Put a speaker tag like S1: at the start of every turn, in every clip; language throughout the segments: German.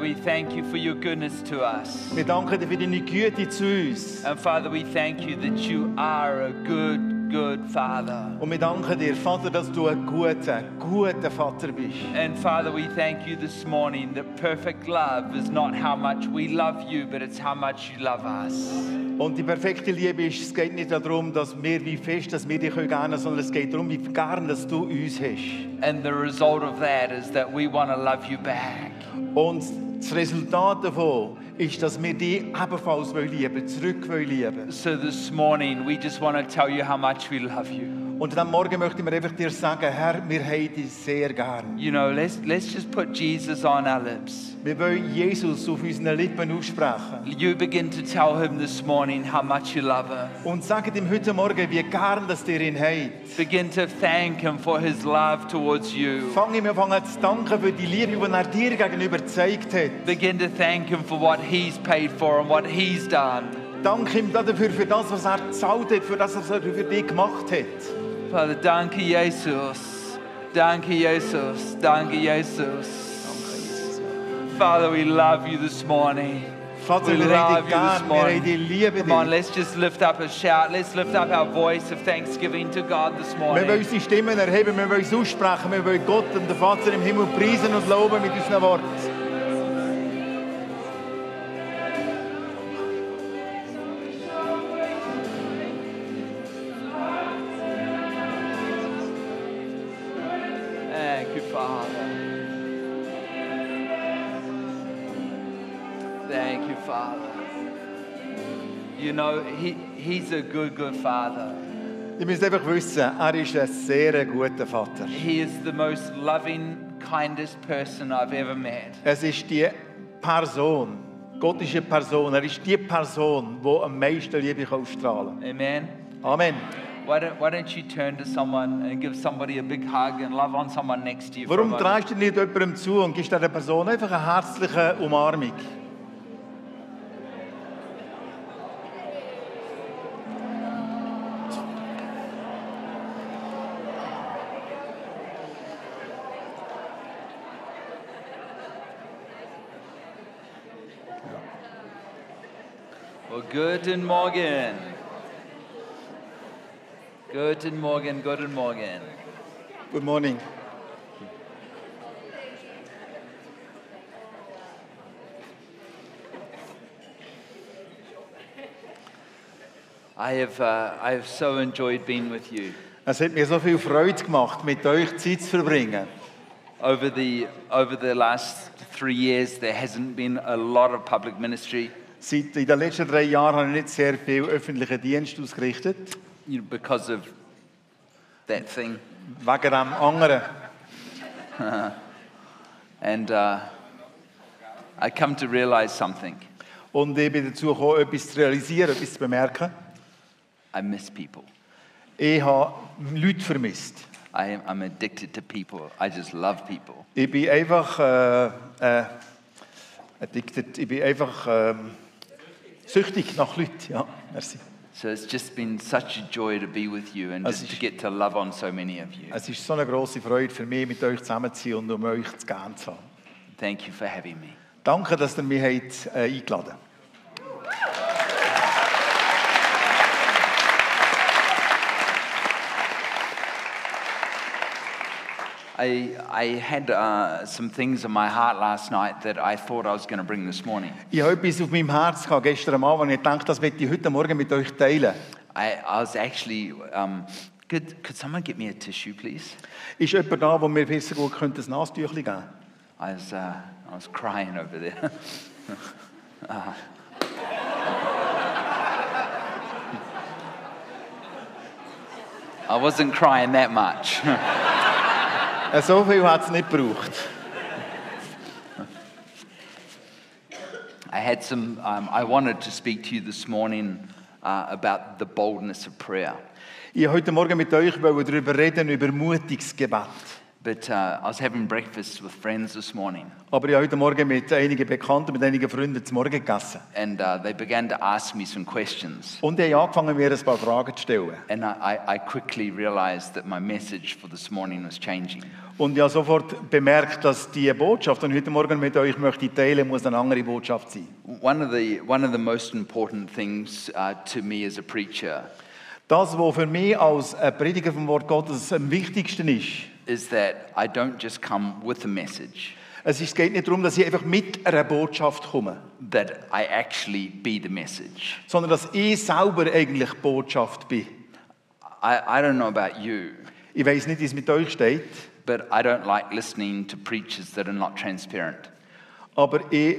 S1: we thank you for your goodness to us.
S2: Wir danken dir für deine Güte zu uns.
S1: And Father, we thank you that you are a good, good Father.
S2: Und wir danken dir, Vater, dass du ein guter, guter Vater bist.
S1: And Father, we thank you this morning that perfect love is not how much we love you, but it's how much you love us.
S2: Und die perfekte Liebe ist, es geht nicht darum, dass wir wie fest, dass wir dich gerne haben, sondern es geht darum, wie gern, dass du uns hast.
S1: And the result of that is that we want to love you back.
S2: Und das Resultat davon ist, dass wir dich ebenfalls wollen lieben, zurück wollen lieben.
S1: So this morning, we just want to tell you how much we love you.
S2: Und am Morgen möchten wir einfach dir sagen, Herr, wir haben dich sehr gern.
S1: You know, let's, let's just put Jesus on our lips.
S2: Wir wollen Jesus auf unseren Lippen aussprechen
S1: You begin to tell him this morning how much you love him.
S2: und sagen ihm heute Morgen, wie gern, dass ihr ihn habt.
S1: Begin to thank him for his love towards you.
S2: Fang ihm an an zu danken für die Liebe, die er dir gegenüber gezeigt hat.
S1: Begin to thank him for what he's paid for and what he's done.
S2: Danke ihm dafür, für das, was er gezahlt hat, für das, was er für dich gemacht hat.
S1: Father, danke Jesus. Danke Jesus. Danke Jesus. Father, we love you this morning.
S2: Vater,
S1: we
S2: wir
S1: love you this
S2: haben dich gern, wir haben dich
S1: morning.
S2: lieben.
S1: Come on,
S2: Wir
S1: let's just lift up a shout. Let's lift up our voice of thanksgiving to God this
S2: wollen
S1: morning.
S2: unsere Stimmen erheben, wir wollen uns aussprechen, wir wollen Gott und den Vater im Himmel preisen und loben mit unseren Worten.
S1: Thank you, Father. Thank you, Father. You know, he, He's a good, good Father.
S2: Ihr müsst einfach wissen, er ist ein sehr guter Vater.
S1: He is the most loving, kindest person I've ever met.
S2: Es ist die Person, Gott ist eine Person, er ist die Person, die am meisten Liebe ausstrahlen
S1: Amen.
S2: kann. Amen.
S1: Why don't, why don't you turn to someone and give somebody a big hug and love on someone next to you? for a
S2: Warum
S1: moment?
S2: drehst du nicht jemandem zu und gibst dieser Person einfach eine herzliche Umarmung?
S1: Well, guten Morgen. Guten Morgen, guten Morgen.
S2: Good morning.
S1: I have, uh, I have so enjoyed being with you
S2: Es hat mir so viel Freude gemacht, mit euch Zeit zu verbringen.
S1: over the over the last three years. There hasn't been a lot of public ministry
S2: Seit in den letzten drei Jahren habe ich nicht sehr viel öffentlichen Dienst ausgerichtet,
S1: you know, because of that thing.
S2: wegen dem anderen.
S1: And uh, I come to realize something
S2: Und ich bin dazu gekommen, etwas zu realisieren, etwas zu bemerken.
S1: I miss people.
S2: Ich habe Leute vermisst.
S1: I am, I'm addicted to people. I just love people.
S2: Ich bin einfach äh, äh, addicted. Ich bin einfach ähm, süchtig nach Leuten. Ja, merci.
S1: So it's just been such a joy to be with you and
S2: As
S1: just to
S2: you-
S1: get to love on so many of you.
S2: Es ist so eine große Freude für mich, mit euch zusammen zu sein und um euch zu gern zu haben.
S1: Thank you for having me.
S2: Danke, dass ihr mich habt, äh, eingeladen habt.
S1: I, I had uh, some things in my heart last night that I thought I was going to bring this morning.
S2: Ich habe etwas auf meinem Herz gehabt, gestern Abend, und ich denke, das möchte ich heute Morgen mit euch teilen.
S1: I, I was actually, um, could, could someone get me a tissue, please?
S2: Ist jemand da, wo mir besser gut könnte, ein Nasentüchli geben
S1: I was, uh, I was crying over there. Ah. I wasn't crying that much.
S2: Äh, So viel hat es nicht gebraucht.
S1: I had some, um, I wanted to speak to you this morning uh, about the boldness of prayer.
S2: Ich wollte heute Morgen mit euch wollte darüber reden, über mutiges Gebet.
S1: But uh, I was having breakfast with friends this morning,
S2: Aber ich habe heute Morgen mit einigen Bekannten, mit einigen Freunden zu Morgen gegessen.
S1: and uh, they began to ask me some questions.
S2: Und ich habe angefangen, mir ein paar Fragen zu stellen.
S1: And I, I I quickly realized that my message for this morning was changing.
S2: Und ja sofort bemerkt, dass die Botschaft, die ich heute Morgen mit euch möchte teilen, muss eine andere Botschaft sein.
S1: One of the, one of the most important things uh, to me as a preacher
S2: Das, was für mich als äh, Prediger vom Wort Gottes am wichtigsten ist,
S1: is that I don't just come with a message,
S2: es ist, geht nicht darum, dass ich einfach mit einer Botschaft komme,
S1: that I actually be the message.
S2: sondern dass ich selber eigentlich Botschaft bin.
S1: I, I don't know about you,
S2: Ich weiß nicht, wie es mit euch steht,
S1: but I don't like listening to preachers that are not transparent.
S2: aber ich,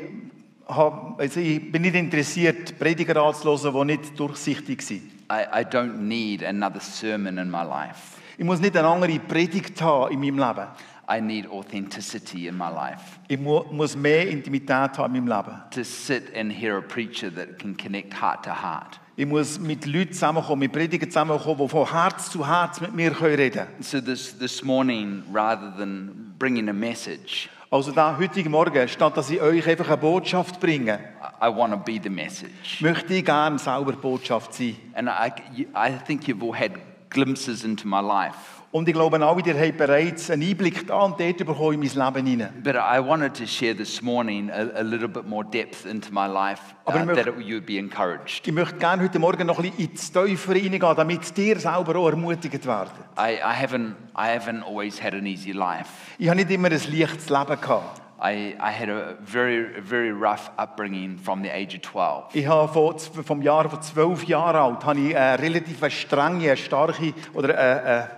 S2: hab, also ich bin nicht interessiert, Prediger anzuhören, die nicht durchsichtig sind.
S1: I, I don't need another sermon in my life.
S2: Ich muss nicht eine andere Predigt haben in meinem Leben.
S1: I need authenticity in my life
S2: Ich mu muss mehr Intimität haben in meinem Leben.
S1: to sit and hear a preacher that can connect heart to heart.
S2: Ich muss mit Leuten zusammenkommen, mit Predigern zusammenkommen, die von Herz zu Herz mit mir können reden können.
S1: So this, this morning, rather than bringing a message,
S2: Also da heute Morgen, statt dass ich euch einfach eine Botschaft bringe,
S1: I- I want to be the message.
S2: möchte ich gerne selber Botschaft sein.
S1: And I, you- I think you've all had glimpses into my life,
S2: Und ich glaube, alle ihr habt bereits einen Einblick da und dort bekommen in mein Leben hinein.
S1: but I wanted to share this morning a, a little bit more depth into my life
S2: Aber
S1: uh,
S2: wir-
S1: that it, you'd be encouraged.
S2: Ich möchte gerne heute Morgen noch ein bisschen ins Teufel hineingehen, damit ihr selber auch ermutigt werdet.
S1: I, I, haven't, I haven't always had an easy life.
S2: Ich habe nicht immer ein leichtes Leben gehabt.
S1: I, I had a very, very rough upbringing from the age of 12.
S2: Ich habe von, vom Jahr von zwölf Jahren alt habe ich eine relativ strenge, eine starke oder eine, eine,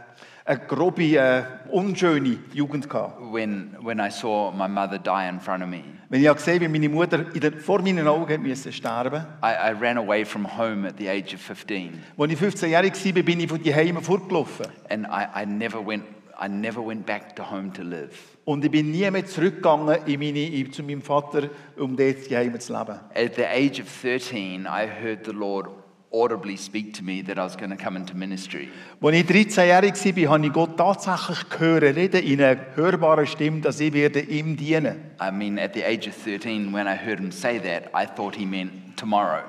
S2: eine grobe, eine unschöne Jugend gehabt.
S1: when, when I saw my mother die in front of me.
S2: Wenn ich gesehen habe, wie meine Mutter in den, vor meinen Augen musste sterben,
S1: I, I ran away from home at the age of 15,
S2: als ich 15 Jahre alt war, bin ich von die Heime fortgelaufen
S1: and I, I, never went, I never went back to home to live.
S2: und ich bin nie mehr zurückgegangen in meine, in, zu meinem Vater, um dort die Heime zu leben.
S1: At the age of 13, I heard the Lord audibly speak to me that I was going to come into ministry.
S2: Als ich 13 Jahre alt war, habe ich Gott tatsächlich gehört reden in einer hörbaren Stimme, dass ich werde ihm dienen werde.
S1: I mean, at the age of 13, when I heard him say that, I thought he meant tomorrow.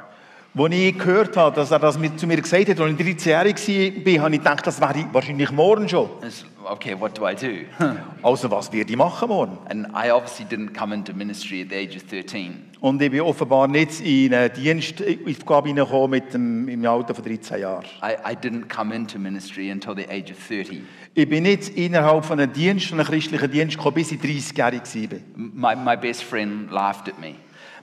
S2: Als ich gehört habe, dass er das mit, zu mir gesagt hat, als ich 13-jährig war, habe ich gedacht, das wäre wahrscheinlich morgen schon.
S1: It's, okay, what do I do?
S2: Also, was werde ich machen morgen?
S1: and I obviously didn't come into ministry at the age of 13.
S2: Und ich bin offenbar nicht in eine Dienstaufgabe hineingekommen mit dem, im Alter von 13 Jahren.
S1: I, I didn't come into ministry until the age of 30.
S2: Ich bin nicht innerhalb von einem Dienst, von einem christlichen Dienst gekommen, bis ich 30-jährig war.
S1: My, my best friend laughed at me.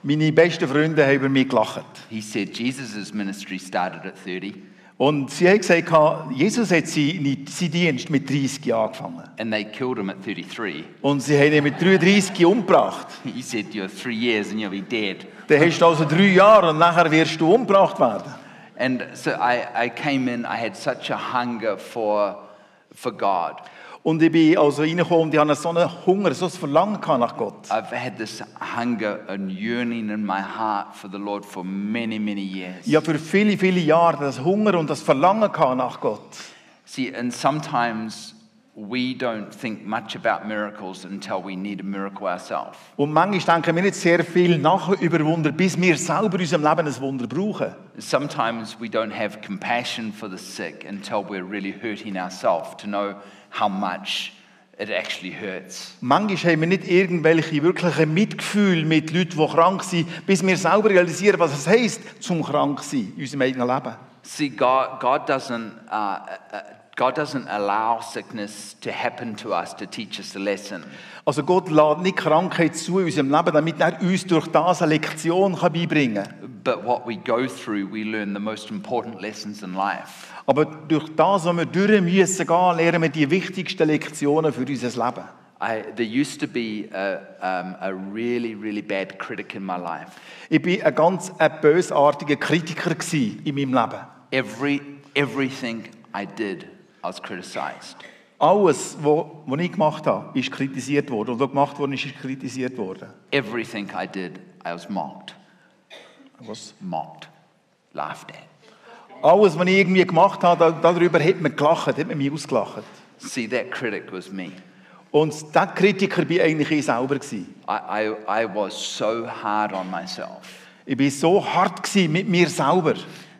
S2: Meine besten Freunde haben über mich gelacht.
S1: He said Jesus' ministry started at 30,
S2: Und sie haben gesagt, Jesus hat seinen seinen Dienst mit 30 Jahren angefangen.
S1: and they killed him at 33.
S2: Und sie haben ihn mit 33 umgebracht.
S1: He said, You're three years and you'll be dead.
S2: Dann hast du also drei Jahre und nachher wirst du umgebracht werden.
S1: And so I, I came in, I had such a hunger for, for God.
S2: Und ich bin also reingekommen und ich hatte so einen Hunger, so ein Verlangen gehabt nach Gott.
S1: I've had this hunger and yearning in my heart for the Lord for many, many years.
S2: Ich habe für viele, viele Jahre das Hunger und das Verlangen gehabt nach Gott.
S1: See, and sometimes we don't think much about miracles until we need a miracle ourselves.
S2: Und manchmal denken wir nicht sehr viel nach über Wunder, bis wir selber in unserem Leben ein Wunder brauchen.
S1: Sometimes we don't have compassion for the sick until we're really hurting ourselves to know how much it actually hurts.
S2: Manchmal haben wir nicht irgendwelche wirklichen Mitgefühl mit Leuten, die krank sind, bis wir selber realisieren, was es heisst, zum krank zu sein in unserem eigenen Leben.
S1: See, God, God, doesn't, uh, uh, uh, God doesn't allow sickness to happen to us to teach us a lesson.
S2: Also Gott lädt nicht Krankheit zu in unserem Leben, damit er uns durch das eine Lektion kann beibringen kann.
S1: But what we go through, we learn the most important lessons in life.
S2: Aber durch das, was wir durch müssen gehen, lernen wir die wichtigsten Lektionen für unser Leben.
S1: I, there used to be a, um, a really, really bad critic in my life.
S2: Ich war ein ganz ein bösartiger Kritiker gewesen in meinem Leben.
S1: Every, everything I did, I was criticized.
S2: Alles, was ich gemacht habe, ist kritisiert worden. Und was gemacht worden ist, ist kritisiert worden.
S1: Everything I did, I was mocked,
S2: Was?
S1: mocked, laughed at.
S2: Alles, was ich irgendwie gemacht habe, da- darüber hat man gelacht, hat man mich ausgelacht.
S1: See, that critic was me.
S2: Und der Kritiker war eigentlich ich selber. gewesen.
S1: I, I, I was so hard on myself.
S2: Ich war so hart gewesen mit mir selber.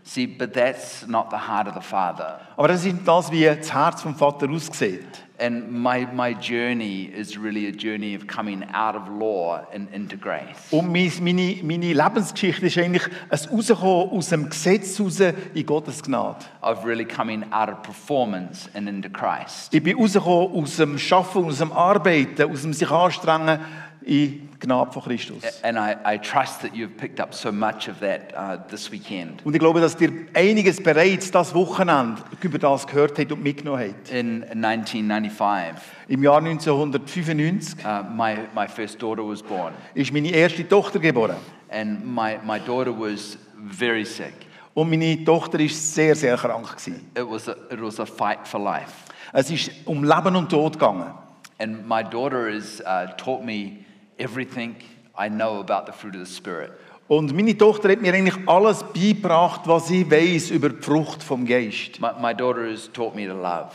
S1: See, but that's not the heart of the Father.
S2: Aber das ist das, wie das Herz vom Vater aussieht.
S1: And my, my journey is really a journey of coming out of law and into grace.
S2: Und mein, meine, meine Lebensgeschichte ist eigentlich ein Rauskommen aus dem Gesetz raus in Gottes Gnade.
S1: Of really coming out of performance and into Christ.
S2: Ich bin rausgekommen aus dem Schaffen, aus dem Arbeiten, aus dem sich anstrengen in die Gnade von Christus.
S1: And I, I trust that you've picked up so much of that uh, this weekend.
S2: Und ich glaube, dass dir einiges bereits das Wochenende über das gehört hat und mitgenommen hat.
S1: In 1995,
S2: Im Jahr 1995
S1: uh, my, my first daughter was born.
S2: ist meine erste Tochter geboren.
S1: And my, my daughter was very sick.
S2: Und meine Tochter war sehr, sehr krank. Gewesen.
S1: It was, a, it was a fight for life.
S2: Es ist um Leben und Tod gegangen.
S1: And my daughter has uh, taught me everything I know about the fruit of the Spirit.
S2: Und meine Tochter hat mir eigentlich alles beigebracht, was ich weiß über die Frucht vom Geist.
S1: My, my daughter has taught me to love.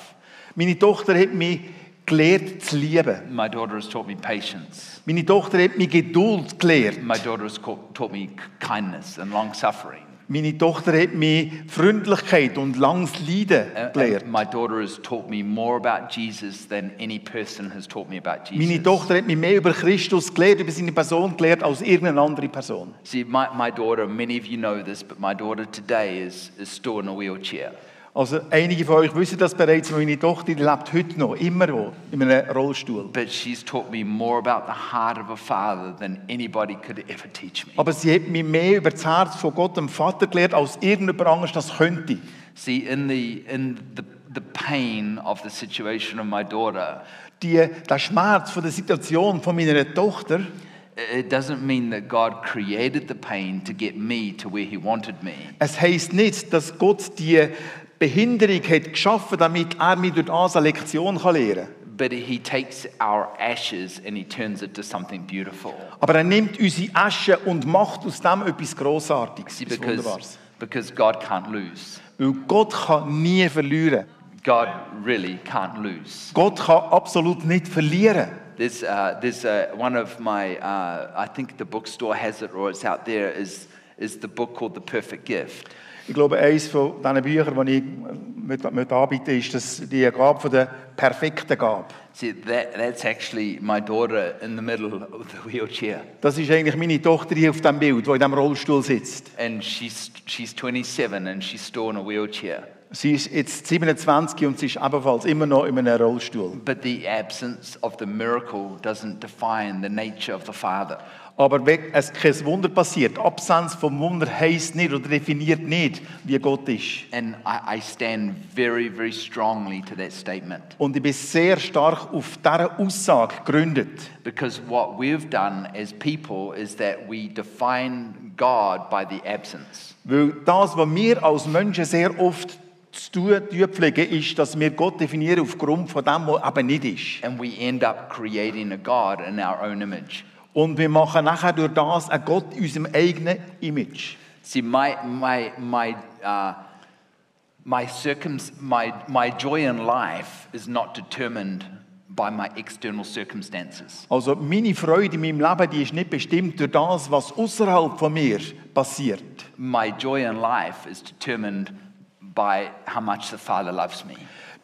S2: Meine Tochter hat mich gelehrt zu lieben.
S1: My daughter has taught me patience.
S2: Meine Tochter hat mich Geduld gelehrt.
S1: My daughter has co- taught me k- kindness and long suffering.
S2: Meine Tochter hat mich Freundlichkeit und langes Leiden
S1: And-
S2: gelehrt.
S1: and My daughter has taught me more about Jesus than any person has taught me about
S2: Meine
S1: Jesus.
S2: Tochter hat mich mehr über Christus gelehrt, über seine Person gelehrt, als irgendeine andere Person.
S1: See, my, my daughter, many of you know this, but my daughter today is, is still in a wheelchair.
S2: Also einige von euch wissen das bereits, meine Tochter die lebt heute noch, immer wo, in einem Rollstuhl.
S1: But she's taught me more about the heart of a father than anybody could ever teach me.
S2: Aber sie hat mich mehr über das Herz von Gott, dem Vater, gelehrt, als irgendjemand anderes das könnte.
S1: See, in the in the the pain of the situation of my daughter,
S2: Die, der Schmerz von der Situation von meiner Tochter,
S1: it doesn't mean that God created the pain to get me to where He wanted me.
S2: es heisst nicht, dass Gott die Behinderung hat geschaffen, damit er mich durch das eine Lektion kann lehren kann.
S1: But He takes our ashes and He turns it to something beautiful.
S2: Aber er nimmt unsere Asche und macht aus dem etwas Grossartiges,
S1: See,
S2: etwas
S1: because
S2: Wunderbares.
S1: because God can't lose.
S2: Weil Gott kann nie verlieren.
S1: God really can't lose.
S2: Gott kann absolut nicht verlieren.
S1: There's, uh, there's uh, one of my, uh, I think the bookstore has it or it's out there, is, is the book called The Perfect Gift.
S2: Ich glaube, eines von diesen Büchern, die ich mit, mit anbieten ist das die Gabe von der perfekten Gabe.
S1: See, that, that's actually my daughter in the middle of the wheelchair.
S2: Das ist eigentlich meine Tochter hier auf dem Bild, die in diesem Rollstuhl sitzt.
S1: And she's, she's 27 and she's still in a wheelchair.
S2: Sie ist jetzt 27 und sie ist ebenfalls immer noch in einem Rollstuhl.
S1: But the absence of the miracle doesn't define the nature of the Father.
S2: Aber wenn es kein Wunder passiert, die Absenz vom Wunder heisst nicht oder definiert nicht, wie Gott ist.
S1: And I, I stand very, very strongly to that statement.
S2: Und ich bin sehr stark auf dieser Aussage gegründet.
S1: Because what we've done as people is that we define God by the absence.
S2: Weil das, was wir als Menschen sehr oft zu tun tun pflegen, ist, dass wir Gott definieren aufgrund von dem, was eben nicht ist.
S1: And we end up creating a God in our own image.
S2: Und wir machen nachher durch das einen Gott in unserem eigenen Image.
S1: See, my, my, my, uh, my, circums- my, my joy in life is not determined by my external circumstances.
S2: Also meine Freude in meinem Leben, die ist nicht bestimmt durch das, was außerhalb von mir passiert.
S1: My joy in life is determined by how much the Father loves me.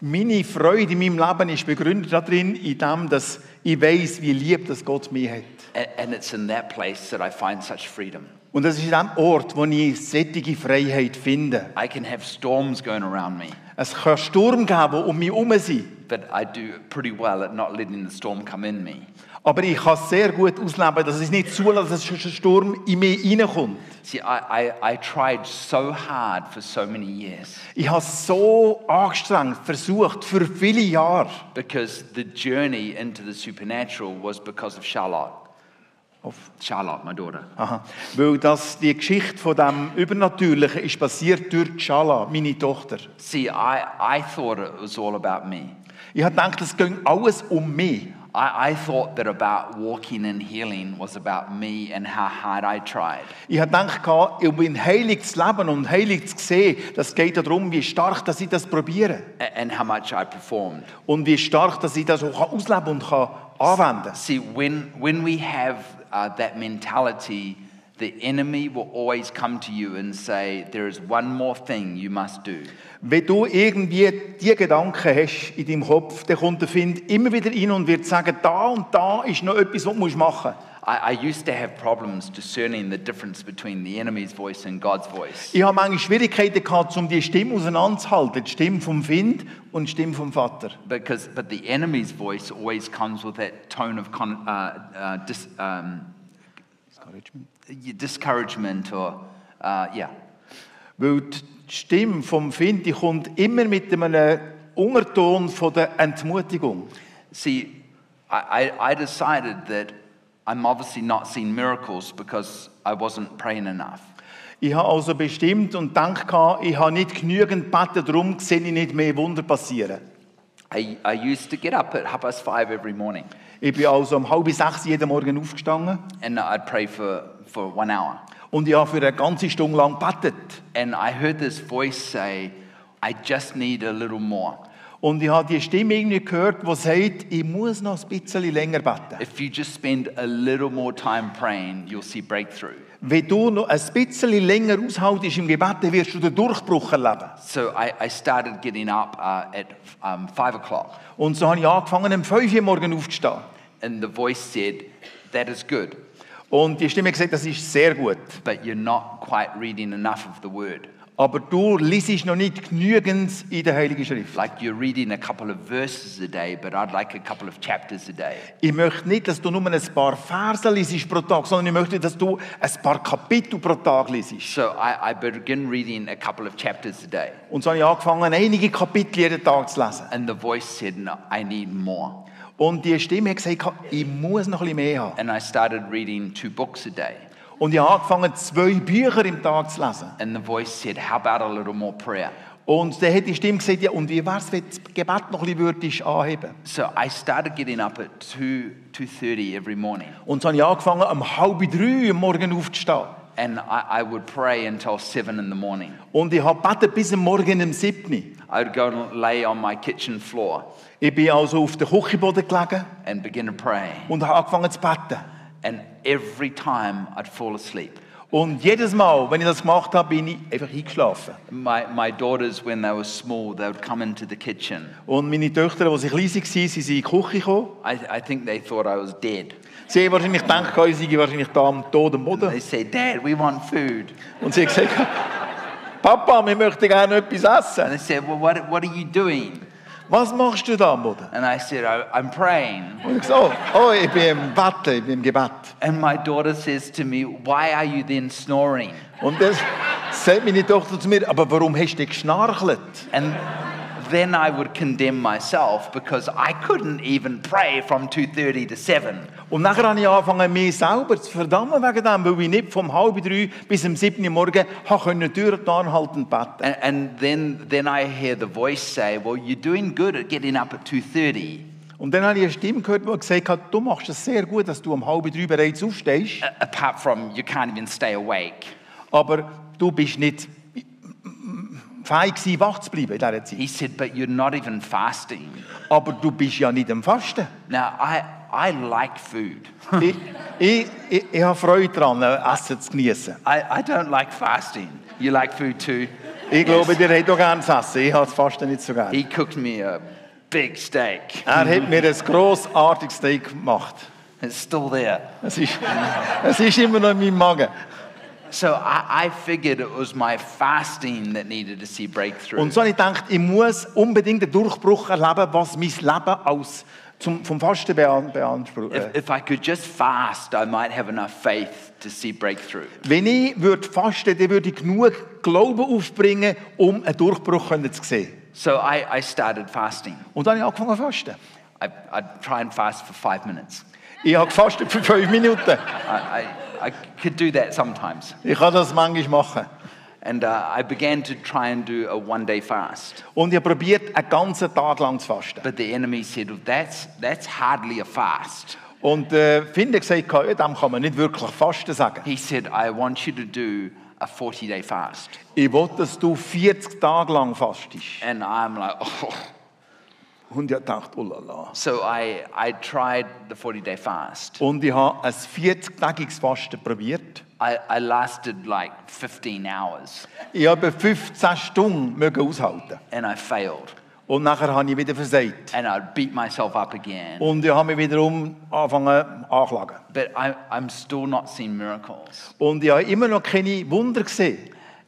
S2: Meine Freude in meinem Leben ist begründet darin, in dem, dass ich weiß, wie lieb das Gott mich hat.
S1: A- And it's in that place that I find such freedom.
S2: Und das ist an dem Ort, wo ich sättige Freiheit finde.
S1: I can have storms going around me,
S2: Es kann Sturm geben, die um mich herum sind.
S1: but I do pretty well at not letting the storm come in me.
S2: Aber ich kann sehr gut ausleben, dass ich nicht zulasse, dass ein Sturm in mich hineinkommt.
S1: See, I, I, I tried so hard for so many years.
S2: Ich habe so angestrengt versucht, für viele Jahre.
S1: Because the journey into the supernatural was because of Charlotte.
S2: Of-
S1: Charlotte, my daughter.
S2: Aha. Weil das, die Geschichte von dem Übernatürlichen ist passiert durch Schala, meine Tochter.
S1: See, I, I thought it was all about me.
S2: Ich habe gedacht, es ging alles um mich.
S1: I, I thought that about walking and healing was about me and how hard I tried.
S2: Ich habe gedacht, um ihn heilig zu leben und heilig zu sehen, das geht darum, wie stark dass ich das probiere.
S1: a- And how much I performed.
S2: Und wie stark dass ich das auch ausleben und kann anwenden kann.
S1: See, when, when we have uh, that mentality the enemy will always come to you and say, There is one more thing you must do.
S2: Wenn du irgendwie die Gedanken hast in deinem Kopf, dann kommt der Find immer wieder rein und wird sagen, da und da ist noch etwas, was du musst machen musst.
S1: I, I used to have problems discerning the difference between the enemy's voice and God's voice.
S2: Ich habe manchmal Schwierigkeiten gehabt, um die Stimme auseinanderzuhalten. Die Stimme vom Find und die Stimme vom Vater.
S1: Because, but the enemy's voice always comes with that tone of con, uh, uh, dis, um, y- discouragement or, uh, yeah.
S2: Weil die Stimme vom Find die kommt immer mit einem Unterton von der Entmutigung.
S1: See, I, I, I decided that I'm obviously not seeing miracles because I wasn't praying enough.
S2: Ich habe also bestimmt und gedacht, gehabt, ich habe nicht genügend gebeten, darum sehe ich nicht mehr Wunder passieren.
S1: I, I used to get up at half past five every morning
S2: Ich bin also um halb sechs jeden Morgen aufgestanden
S1: and I'd pray for, for one hour.
S2: und ich habe für eine ganze Stunde lang gebetet.
S1: And I heard this voice say, I just need a little more.
S2: Und ich habe die Stimme irgendwie gehört, die sagt, ich muss noch ein bisschen länger beten.
S1: If you just spend a little more time praying, you'll see breakthrough.
S2: Wenn du noch ein bisschen länger aushaltest im Gebet, dann wirst du den Durchbruch erleben.
S1: So I, I started getting up uh, at um, five o'clock,
S2: Und so habe ich angefangen, um 5 Uhr morgen aufzustehen.
S1: and the voice said, That is good,
S2: Und die Stimme hat gesagt, das ist sehr gut.
S1: but you're not quite reading enough of the word.
S2: Aber du liest noch nicht genügend in der Heiligen Schrift.
S1: Like you're reading a couple of verses a day, but I'd like a couple of chapters a day.
S2: Ich möchte nicht, dass du nur ein paar Verse liest pro Tag, sondern ich möchte, dass du ein paar Kapitel pro Tag liest.
S1: So I, I began reading a couple of chapters a day,
S2: Und so habe ich angefangen, einige Kapitel jeden Tag zu lesen.
S1: and the voice said, No, I need more.
S2: Und die Stimme hat gesagt, ich muss noch ein bisschen mehr haben.
S1: And I started reading two books a day,
S2: Und ich habe angefangen, zwei Bücher im Tag zu lesen.
S1: and the voice said, How about a little more prayer?
S2: Und dann hat die Stimme gesagt, ja, und wie wäre es, wenn du das Gebet noch ein bisschen würdest anheben
S1: So I started getting up at 2 2:30 every morning,
S2: Und so habe ich angefangen, um halb drei am Morgen aufzustehen.
S1: and I, I would pray until seven in the morning.
S2: Und ich habe gebeten bis am Morgen um 7 Uhr.
S1: I would go and lay on my kitchen floor
S2: Ich bin also auf den Küchenboden gelegen
S1: and begin to pray,
S2: und habe angefangen zu beten.
S1: and every time I'd fall asleep.
S2: Und jedes Mal, wenn ich das gemacht habe, bin ich einfach eingeschlafen.
S1: My, my daughters, when they were small, they would come into the kitchen.
S2: Und meine Töchter, die sie klein waren, sie sind in die Küche gekommen.
S1: I, I think they thought I was dead.
S2: Sie haben wahrscheinlich gedacht, ich sei wahrscheinlich da am toten
S1: They
S2: Boden.
S1: said, Dad, we want food.
S2: Und sie haben gesagt, Papa, wir möchten gerne etwas
S1: And
S2: essen.
S1: they said, Well, what, what are you doing?
S2: Was machst du da am Boden?
S1: And I said, I, I'm praying.
S2: Und ich gesagt, oh, oh, ich bin im Bett, ich bin im Gebet.
S1: And my daughter says to me, Why are you then snoring?
S2: Und das sagt meine Tochter zu mir, aber warum hast du denn geschnarchelt?
S1: And then I would condemn myself because I couldn't even pray from 2:30 to 7.
S2: Und nachher habe ich angefangen, mich selber zu verdammen wegen dem, weil ich nicht vom halb drei bis um sieben Uhr morgen habe können durch die Arme halten beten.
S1: And, and then then I hear the voice say, "Well, you're doing good at getting up at 2:30."
S2: Und dann habe ich eine Stimme gehört, die gesagt hat, du machst es sehr gut, dass du um halb drei bereits aufstehst,
S1: A- Apart from you can't even stay awake.
S2: aber du bist nicht fähig gewesen, wach zu bleiben in dieser Zeit.
S1: He said, "But you're not even fasting."
S2: Aber du bist ja nicht am Fasten.
S1: Now, I I like food.
S2: ich, ich, ich, ich habe Freude daran, äh, Essen zu genießen.
S1: I, I don't like fasting. You like food too.
S2: Ich glaube, dir hätte auch gerne zu essen. Ich habe das Fasten nicht so gerne.
S1: He cooked me a big steak.
S2: Er hat mir ein grossartiges Steak gemacht.
S1: It's still there.
S2: Es ist, es ist immer noch in meinem Magen.
S1: So I, I figured it was my fasting that needed to see breakthrough.
S2: Und so habe ich gedacht, ich muss unbedingt den Durchbruch erleben, was mein Leben als, zum, vom Fasten bean- beansprucht. äh,
S1: If, if I could just fast, I might have enough faith to see breakthrough.
S2: Wenn ich würde fasten dann würde ich genug Glauben aufbringen, um einen Durchbruch können zu sehen.
S1: So I, I started fasting.
S2: Und dann habe ich angefangen zu fasten.
S1: I, I'd try and fast for five minutes.
S2: Ich habe gefastet für fünf Minuten.
S1: I, I, I could do that sometimes.
S2: Ich kann das manchmal machen.
S1: And uh, I began to try and do a one day fast.
S2: Und ich habe probiert, einen ganzen Tag lang zu fasten.
S1: But the enemy said, "Well, that's, that's hardly a fast.
S2: Und äh, Finde gesagt, ja, dem kann man nicht wirklich Fasten sagen.
S1: He said, I want you to do a 40 day fast.
S2: Ich will, dass du 40 Tage lang fastest.
S1: And I'm like, oh,
S2: Und ich dachte, oh la la.
S1: So I, I tried the 40 day fast.
S2: Und ich habe ein 40-tägiges Fasten probiert.
S1: I, I lasted like 15 hours
S2: Ich habe 15 Stunden mögen aushalten.
S1: and I failed.
S2: Und nachher habe ich wieder versagt.
S1: And I beat myself up again.
S2: Und ich habe mich wiederum angefangen anklagen.
S1: But I, I'm still not seeing miracles.
S2: Und ich habe immer noch keine Wunder gesehen.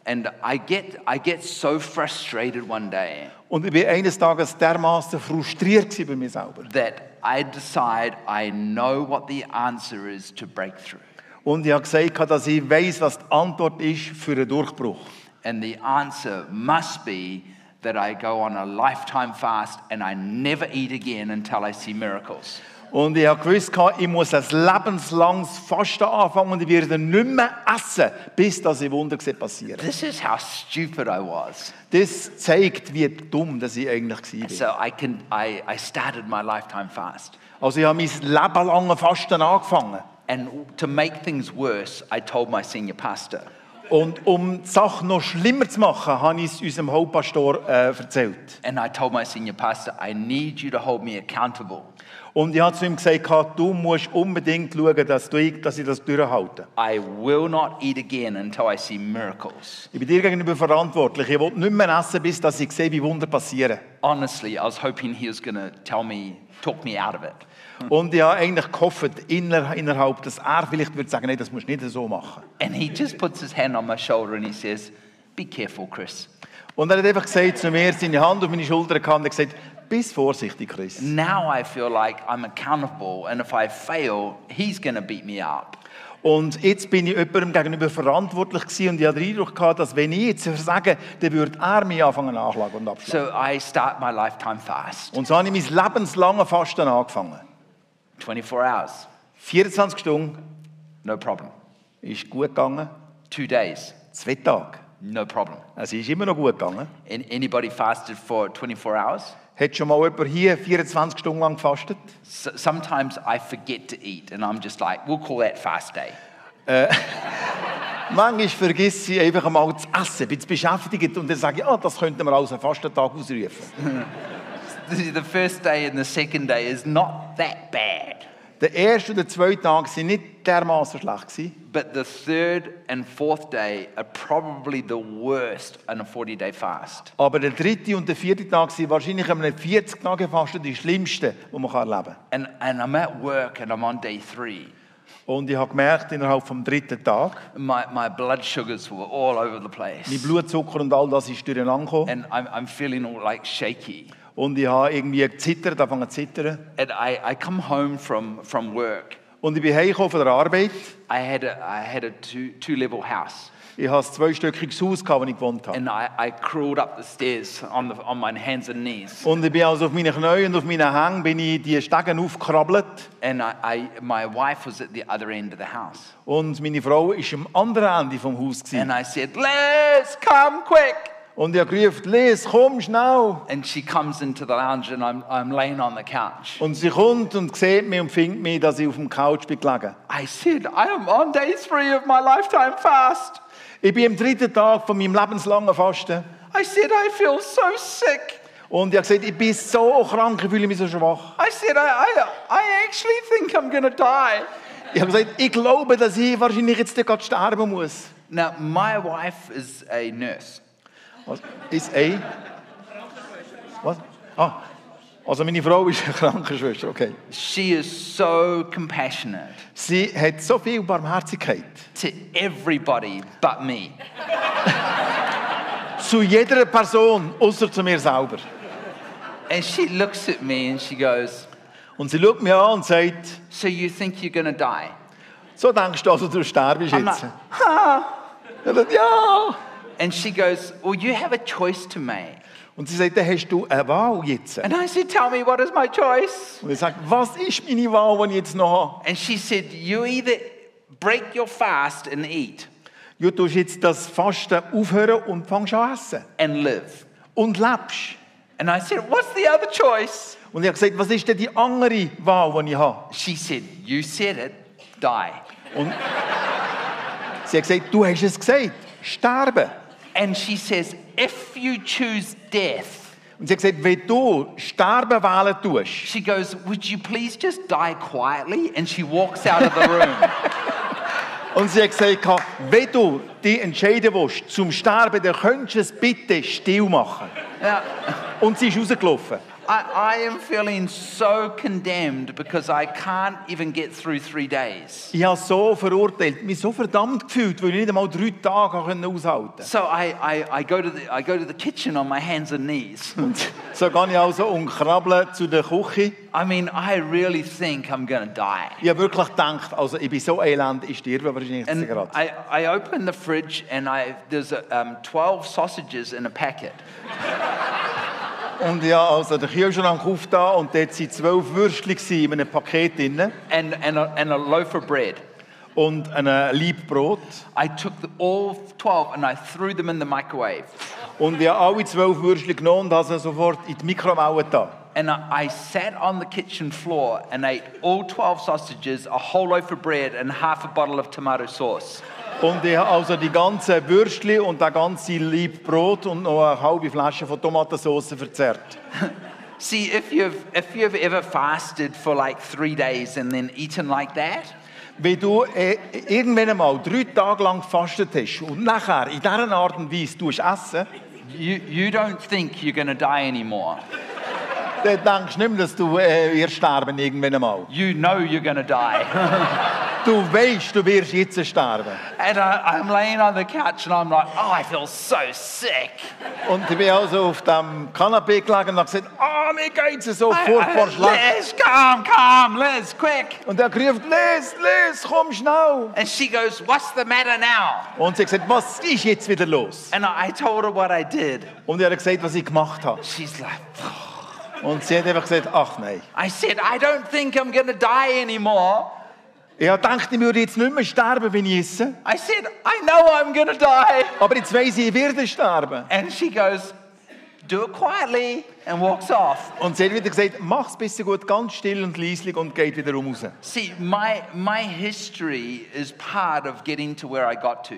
S1: And I get, I get so frustrated one day
S2: Und ich war eines Tages dermaßen frustriert gewesen bei mir selber.
S1: that I decide I know what the answer is to breakthrough.
S2: Und ich habe gesagt, dass ich weiß, was die Antwort ist für einen Durchbruch.
S1: And the answer must be that I go on a lifetime fast and I never eat again until I see miracles.
S2: Und ich habe gewusst, ich muss ein lebenslanges Fasten anfangen und ich werde nicht mehr essen, bis dass ich Wunder sehe passieren.
S1: This is how stupid I was.
S2: Das zeigt, wie dumm dass ich eigentlich war.
S1: So I, can, I, I started my lifetime fast.
S2: Also ich habe mein Leben lang Fasten angefangen.
S1: And to make things worse, I told my senior pastor.
S2: Und um die Sache noch schlimmer zu machen, habe ich es unserem Hauptpastor äh, erzählt.
S1: And I told my senior pastor, I need you to hold me accountable.
S2: Und ich habe zu ihm gesagt, du musst unbedingt schauen, dass, du, dass ich das durchhalte.
S1: I will not eat again until I see miracles.
S2: Ich bin dir gegenüber verantwortlich. Ich will nicht mehr essen, bis dass ich sehe, wie Wunder passieren.
S1: Honestly, I was hoping he was going to tell me, talk me out of it.
S2: Und ich habe eigentlich gehofft, inner, innerhalb, dass er vielleicht würde sagen, nein, das musst du nicht so machen.
S1: And he just puts his hand on my shoulder and he says, Be careful, Chris.
S2: Und er hat einfach gesagt zu mir, seine Hand auf meine Schulter gehabt und hat gesagt, bist vorsichtig, Chris.
S1: Now I feel like I'm accountable, and if I fail, he's going to beat me up.
S2: Und jetzt bin ich jemandem gegenüber verantwortlich gewesen und ich hatte den Eindruck, gehabt, dass wenn ich jetzt versage, dann würde er mich anfangen anklagen und abschlagen.
S1: So I start my lifetime fast
S2: Und so habe ich mein lebenslanges Fasten angefangen.
S1: 24 hours,
S2: 24 Stunden
S1: no problem.
S2: ist gut gegangen,
S1: Two days,
S2: zwei Tage. Also,
S1: no problem.
S2: Es ist immer noch gut gegangen.
S1: And anybody fasted for 24 hours?
S2: Hat schon mal jemand hier 24 Stunden lang gefastet?
S1: S sometimes I forget to eat, and I'm just like, We'll call that fast day.
S2: Manchmal vergisst sie einfach einmal zu essen, bin zu beschäftigt und dann sage ich, ah, das könnten wir als einen Fastentag ausrufen.
S1: The the first day and the second day is not that bad,
S2: Der erste und der zweite Tag waren nicht dermaßen schlecht. gewesen.
S1: but the third and fourth day are probably the worst in a 40 day fast.
S2: Aber der dritte und der vierte Tag waren wahrscheinlich an einem 40 Tage Fasten die schlimmsten, die man erleben kann.
S1: And, and I'm at work and I'm on day three.
S2: Und ich habe gemerkt, innerhalb vom dritten Tag,
S1: My, my blood sugars were all over the place.
S2: mein Blutzucker und all das ist durcheinander gekommen.
S1: and I'm, I'm feeling all like shaky.
S2: Und ich habe irgendwie gezittert, angefangen zu zittern.
S1: And I, I come home from, from work.
S2: Und ich bin heimgekommen von der Arbeit.
S1: I had a, I had a two, two level house.
S2: Ich hatte ein zweistöckiges Haus, gehabt, wo ich gewohnt habe.
S1: And I, I crawled up the stairs on, the, on my hands and knees.
S2: Und ich bin also auf meinen Knien und auf meinen Hängen bin ich die Stegen aufgekrabbelt.
S1: And I, I, my wife was at the other end of the house.
S2: Und meine Frau war am anderen Ende vom Haus.
S1: And
S2: Gewesen.
S1: I said, Liz, come quick.
S2: Und ich habe gerufen, Liz, komm schnell.
S1: And she comes into the lounge and I'm, I'm laying on the couch.
S2: Und sie kommt und sieht mich und findet mich, dass ich auf dem Couch bin gelegen.
S1: I said, I am on day three of my lifetime fast.
S2: Ich bin am dritten Tag von meinem lebenslangen Fasten.
S1: I said, I feel so sick.
S2: Und ich habe gesagt, ich bin so krank, ich fühle mich so schwach.
S1: I said, I, I, I actually think I'm going to die.
S2: Ich habe gesagt, ich glaube, dass ich wahrscheinlich jetzt gerade sterben muss.
S1: Now, my wife is a nurse.
S2: Was ist ein? Was? Ah, also meine Frau ist eine Krankenschwester, okay.
S1: She is so compassionate
S2: Sie hat so viel Barmherzigkeit.
S1: to everybody but me.
S2: Zu jeder Person, außer zu mir selber.
S1: And she looks at me and she goes,
S2: Und sie schaut mich an und sagt,
S1: So you think you're going to die?
S2: so denkst du also, du sterbst
S1: I'm
S2: jetzt.
S1: like, huh?
S2: Er sagt, ja.
S1: And she goes, Well, you have a choice to make.
S2: Und sie sagt, dann hast du eine Wahl jetzt.
S1: And I said, Tell me, what is my choice?
S2: Und ich sage, was ist meine Wahl, die ich jetzt noch habe?
S1: And she said, You either break your fast and eat
S2: Ja, du tust jetzt das Fasten aufhören und fängst an zu essen.
S1: and live.
S2: Und lebst.
S1: And I said, What's the other choice?
S2: Und ich habe gesagt, was ist denn die andere Wahl, die ich habe?
S1: She said, You said it, die.
S2: Und sie hat gesagt, du hast es gesagt, sterben.
S1: And she says, If you choose death,
S2: Und sie hat gesagt, wenn du Sterben wählen tust,
S1: She goes, Would you please just die quietly? And she walks out of the room.
S2: und sie hat gesagt, wenn du dich entscheiden willst zum Sterben, dann könntest du es bitte still machen.
S1: now,
S2: Und sie ist rausgelaufen.
S1: I, I am feeling so condemned because I can't even get through three days.
S2: Ich habe so verurteilt, mich so verdammt gefühlt, weil ich nicht einmal drei Tage habe können aushalten konnte.
S1: So I, I, I, go to the, I go to the kitchen on my hands and knees.
S2: So gehe ich also und krabble zu der Küche.
S1: I mean, I really think I'm going to die.
S2: Ich habe wirklich gedacht, also ich bin so elend, ich sterbe wahrscheinlich jetzt
S1: And
S2: gerade.
S1: I, I open the fridge and I, there's um, 12 sausages in a packet.
S2: Und ja, also den Kühlschrank aufgetan und dort waren zwölf Würstchen gewesen in einem Paket drin
S1: and, and, a, and a loaf of bread.
S2: und ein äh, Laib Brot.
S1: I took the, all 12 and I threw them in the microwave.
S2: Und ich habe alle zwölf Würstchen genommen und habe sie sofort in die Mikrowelle getan.
S1: And I, I sat on the kitchen floor and ate all 12 sausages, a whole loaf of bread, and half a bottle of tomato sauce.
S2: Und ich habe also die ganzen Würstchen und das ganze Laib Brot und noch eine halbe Flasche von Tomatensauce verzehrt.
S1: See, if you've, if you've ever fasted for like three days and then eaten like that,
S2: Wenn du äh, irgendwann einmal drei Tage lang gefastet hast und nachher in dieser Art und Weise tust essen,
S1: you, you don't think you're going to die anymore.
S2: dann denkst du nicht mehr, dass du äh, wirst sterben irgendwann einmal.
S1: You know you're going to die.
S2: Du weißt, du wirst jetzt sterben.
S1: and I, I'm laying on the couch and I'm like, oh, I feel so sick.
S2: Und ich bin also auf dem Kanapee gelegen und habe gesagt, ah, mir geht's so
S1: Uh,
S2: furchtbar schlecht.
S1: Liz, come, come, Liz, quick.
S2: Und er rief, Liz, Liz, komm schnell.
S1: And she goes, What's the matter now?
S2: Und sie hat gesagt, was ist jetzt wieder los?
S1: And I I told her what I did.
S2: Und ich habe gesagt, was ich gemacht habe.
S1: She's like,
S2: Und sie hat einfach gesagt, ach nein.
S1: I said, I don't think I'm going to die anymore.
S2: Ich habe gedacht, ich würde jetzt nicht mehr sterben, wenn ich esse.
S1: I said, I know I'm going to die.
S2: Aber jetzt weiss ich, ich werde sterben.
S1: And she goes, Do it quietly, and walks off.
S2: Und sie hat wieder gesagt, mach's bisschen gut, ganz still und leislich und geht wieder um raus.
S1: See, my, my history is part of getting to where I got to.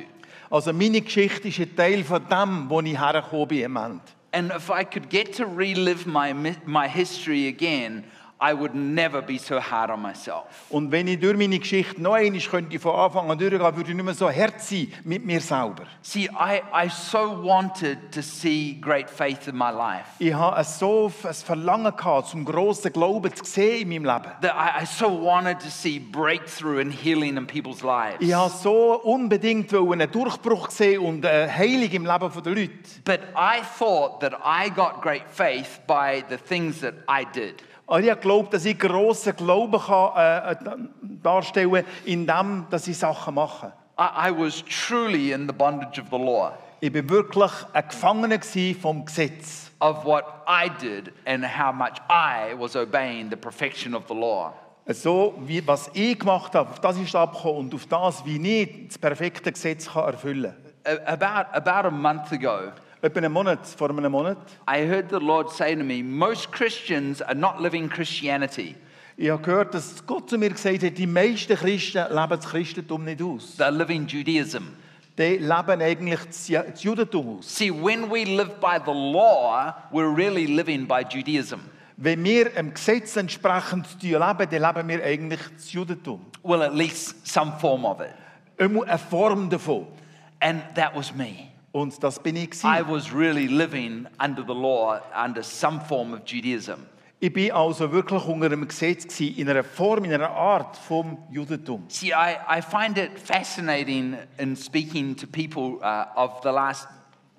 S2: Also meine Geschichte ist ein Teil von dem, wo ich hergekommen bin am Ende.
S1: And if I could get to relive my, mi- my history again, I would never be so hard on myself.
S2: Und wenn ich durch meine Geschichte noch einmal könnte von Anfang an durchgehen, würde ich nicht mehr so hart sein mit mir selber.
S1: See, I, I so wanted to see great faith in my life
S2: Ich habe ein so ein Verlangen gehabt, zum grossen Glauben zu sehen in meinem Leben.
S1: that I, I so wanted to see breakthrough and healing in people's lives.
S2: Ich habe so unbedingt wollen einen Durchbruch sehen und eine Heilung im Leben der Leute.
S1: But I thought that I got great faith by the things that I did.
S2: Aber ich habe geglaubt, dass ich grossen Glauben kann, äh, äh, darstellen kann, indem dass ich Sachen mache.
S1: I, I was truly in the bondage of the law,
S2: Ich war wirklich ein Gefangener gewesen vom Gesetz.
S1: of what I did and how much I was obeying the perfection of the law.
S2: So, wie, was ich gemacht habe, auf das ist abgekommen und auf das, wie ich das perfekte Gesetz kann erfüllen kann.
S1: A- about, about a month ago,
S2: Etwa einen Monat, vor einem Monat,
S1: I heard the Lord say to me, Most Christians are not living Christianity.
S2: ich habe gehört, dass Gott zu mir gesagt hat, die meisten Christen leben das Christentum nicht aus.
S1: They're living Judaism.
S2: Die leben eigentlich das Ja- das Judentum aus.
S1: See, when we live by the law, we're really living by Judaism.
S2: Wenn wir dem Gesetz entsprechend leben, dann leben wir eigentlich das Judentum.
S1: Well, at least some form of it.
S2: Immer eine Form davon.
S1: And that was me.
S2: Und das bin ich.
S1: I
S2: Gewesen.
S1: was really living under the law, under some form of Judaism.
S2: Ich bin also wirklich unter dem Gesetz, gewesen, in einer Form, in einer Art vom Judentum.
S1: See, I, I find it fascinating in speaking to people uh, of the last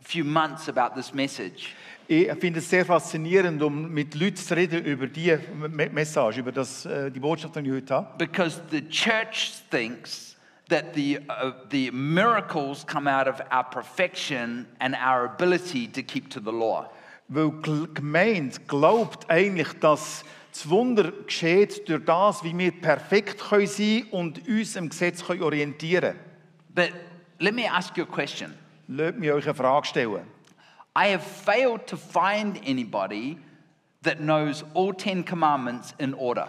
S1: few months about this message
S2: Ich finde es sehr faszinierend, um mit Leuten zu reden über die Me- Message, über das, äh, die Botschaft, die ich heute habe.
S1: because the church thinks that the, uh, the miracles come out of our perfection and our ability to keep to the law.
S2: Weil die Gemeinde glaubt eigentlich, dass das Wunder geschieht durch das, wie wir perfekt können sein und uns im Gesetz können orientieren können.
S1: But let me ask you a question.
S2: Lasst mich euch eine Frage stellen.
S1: I have failed to find anybody that knows all 10 commandments in order.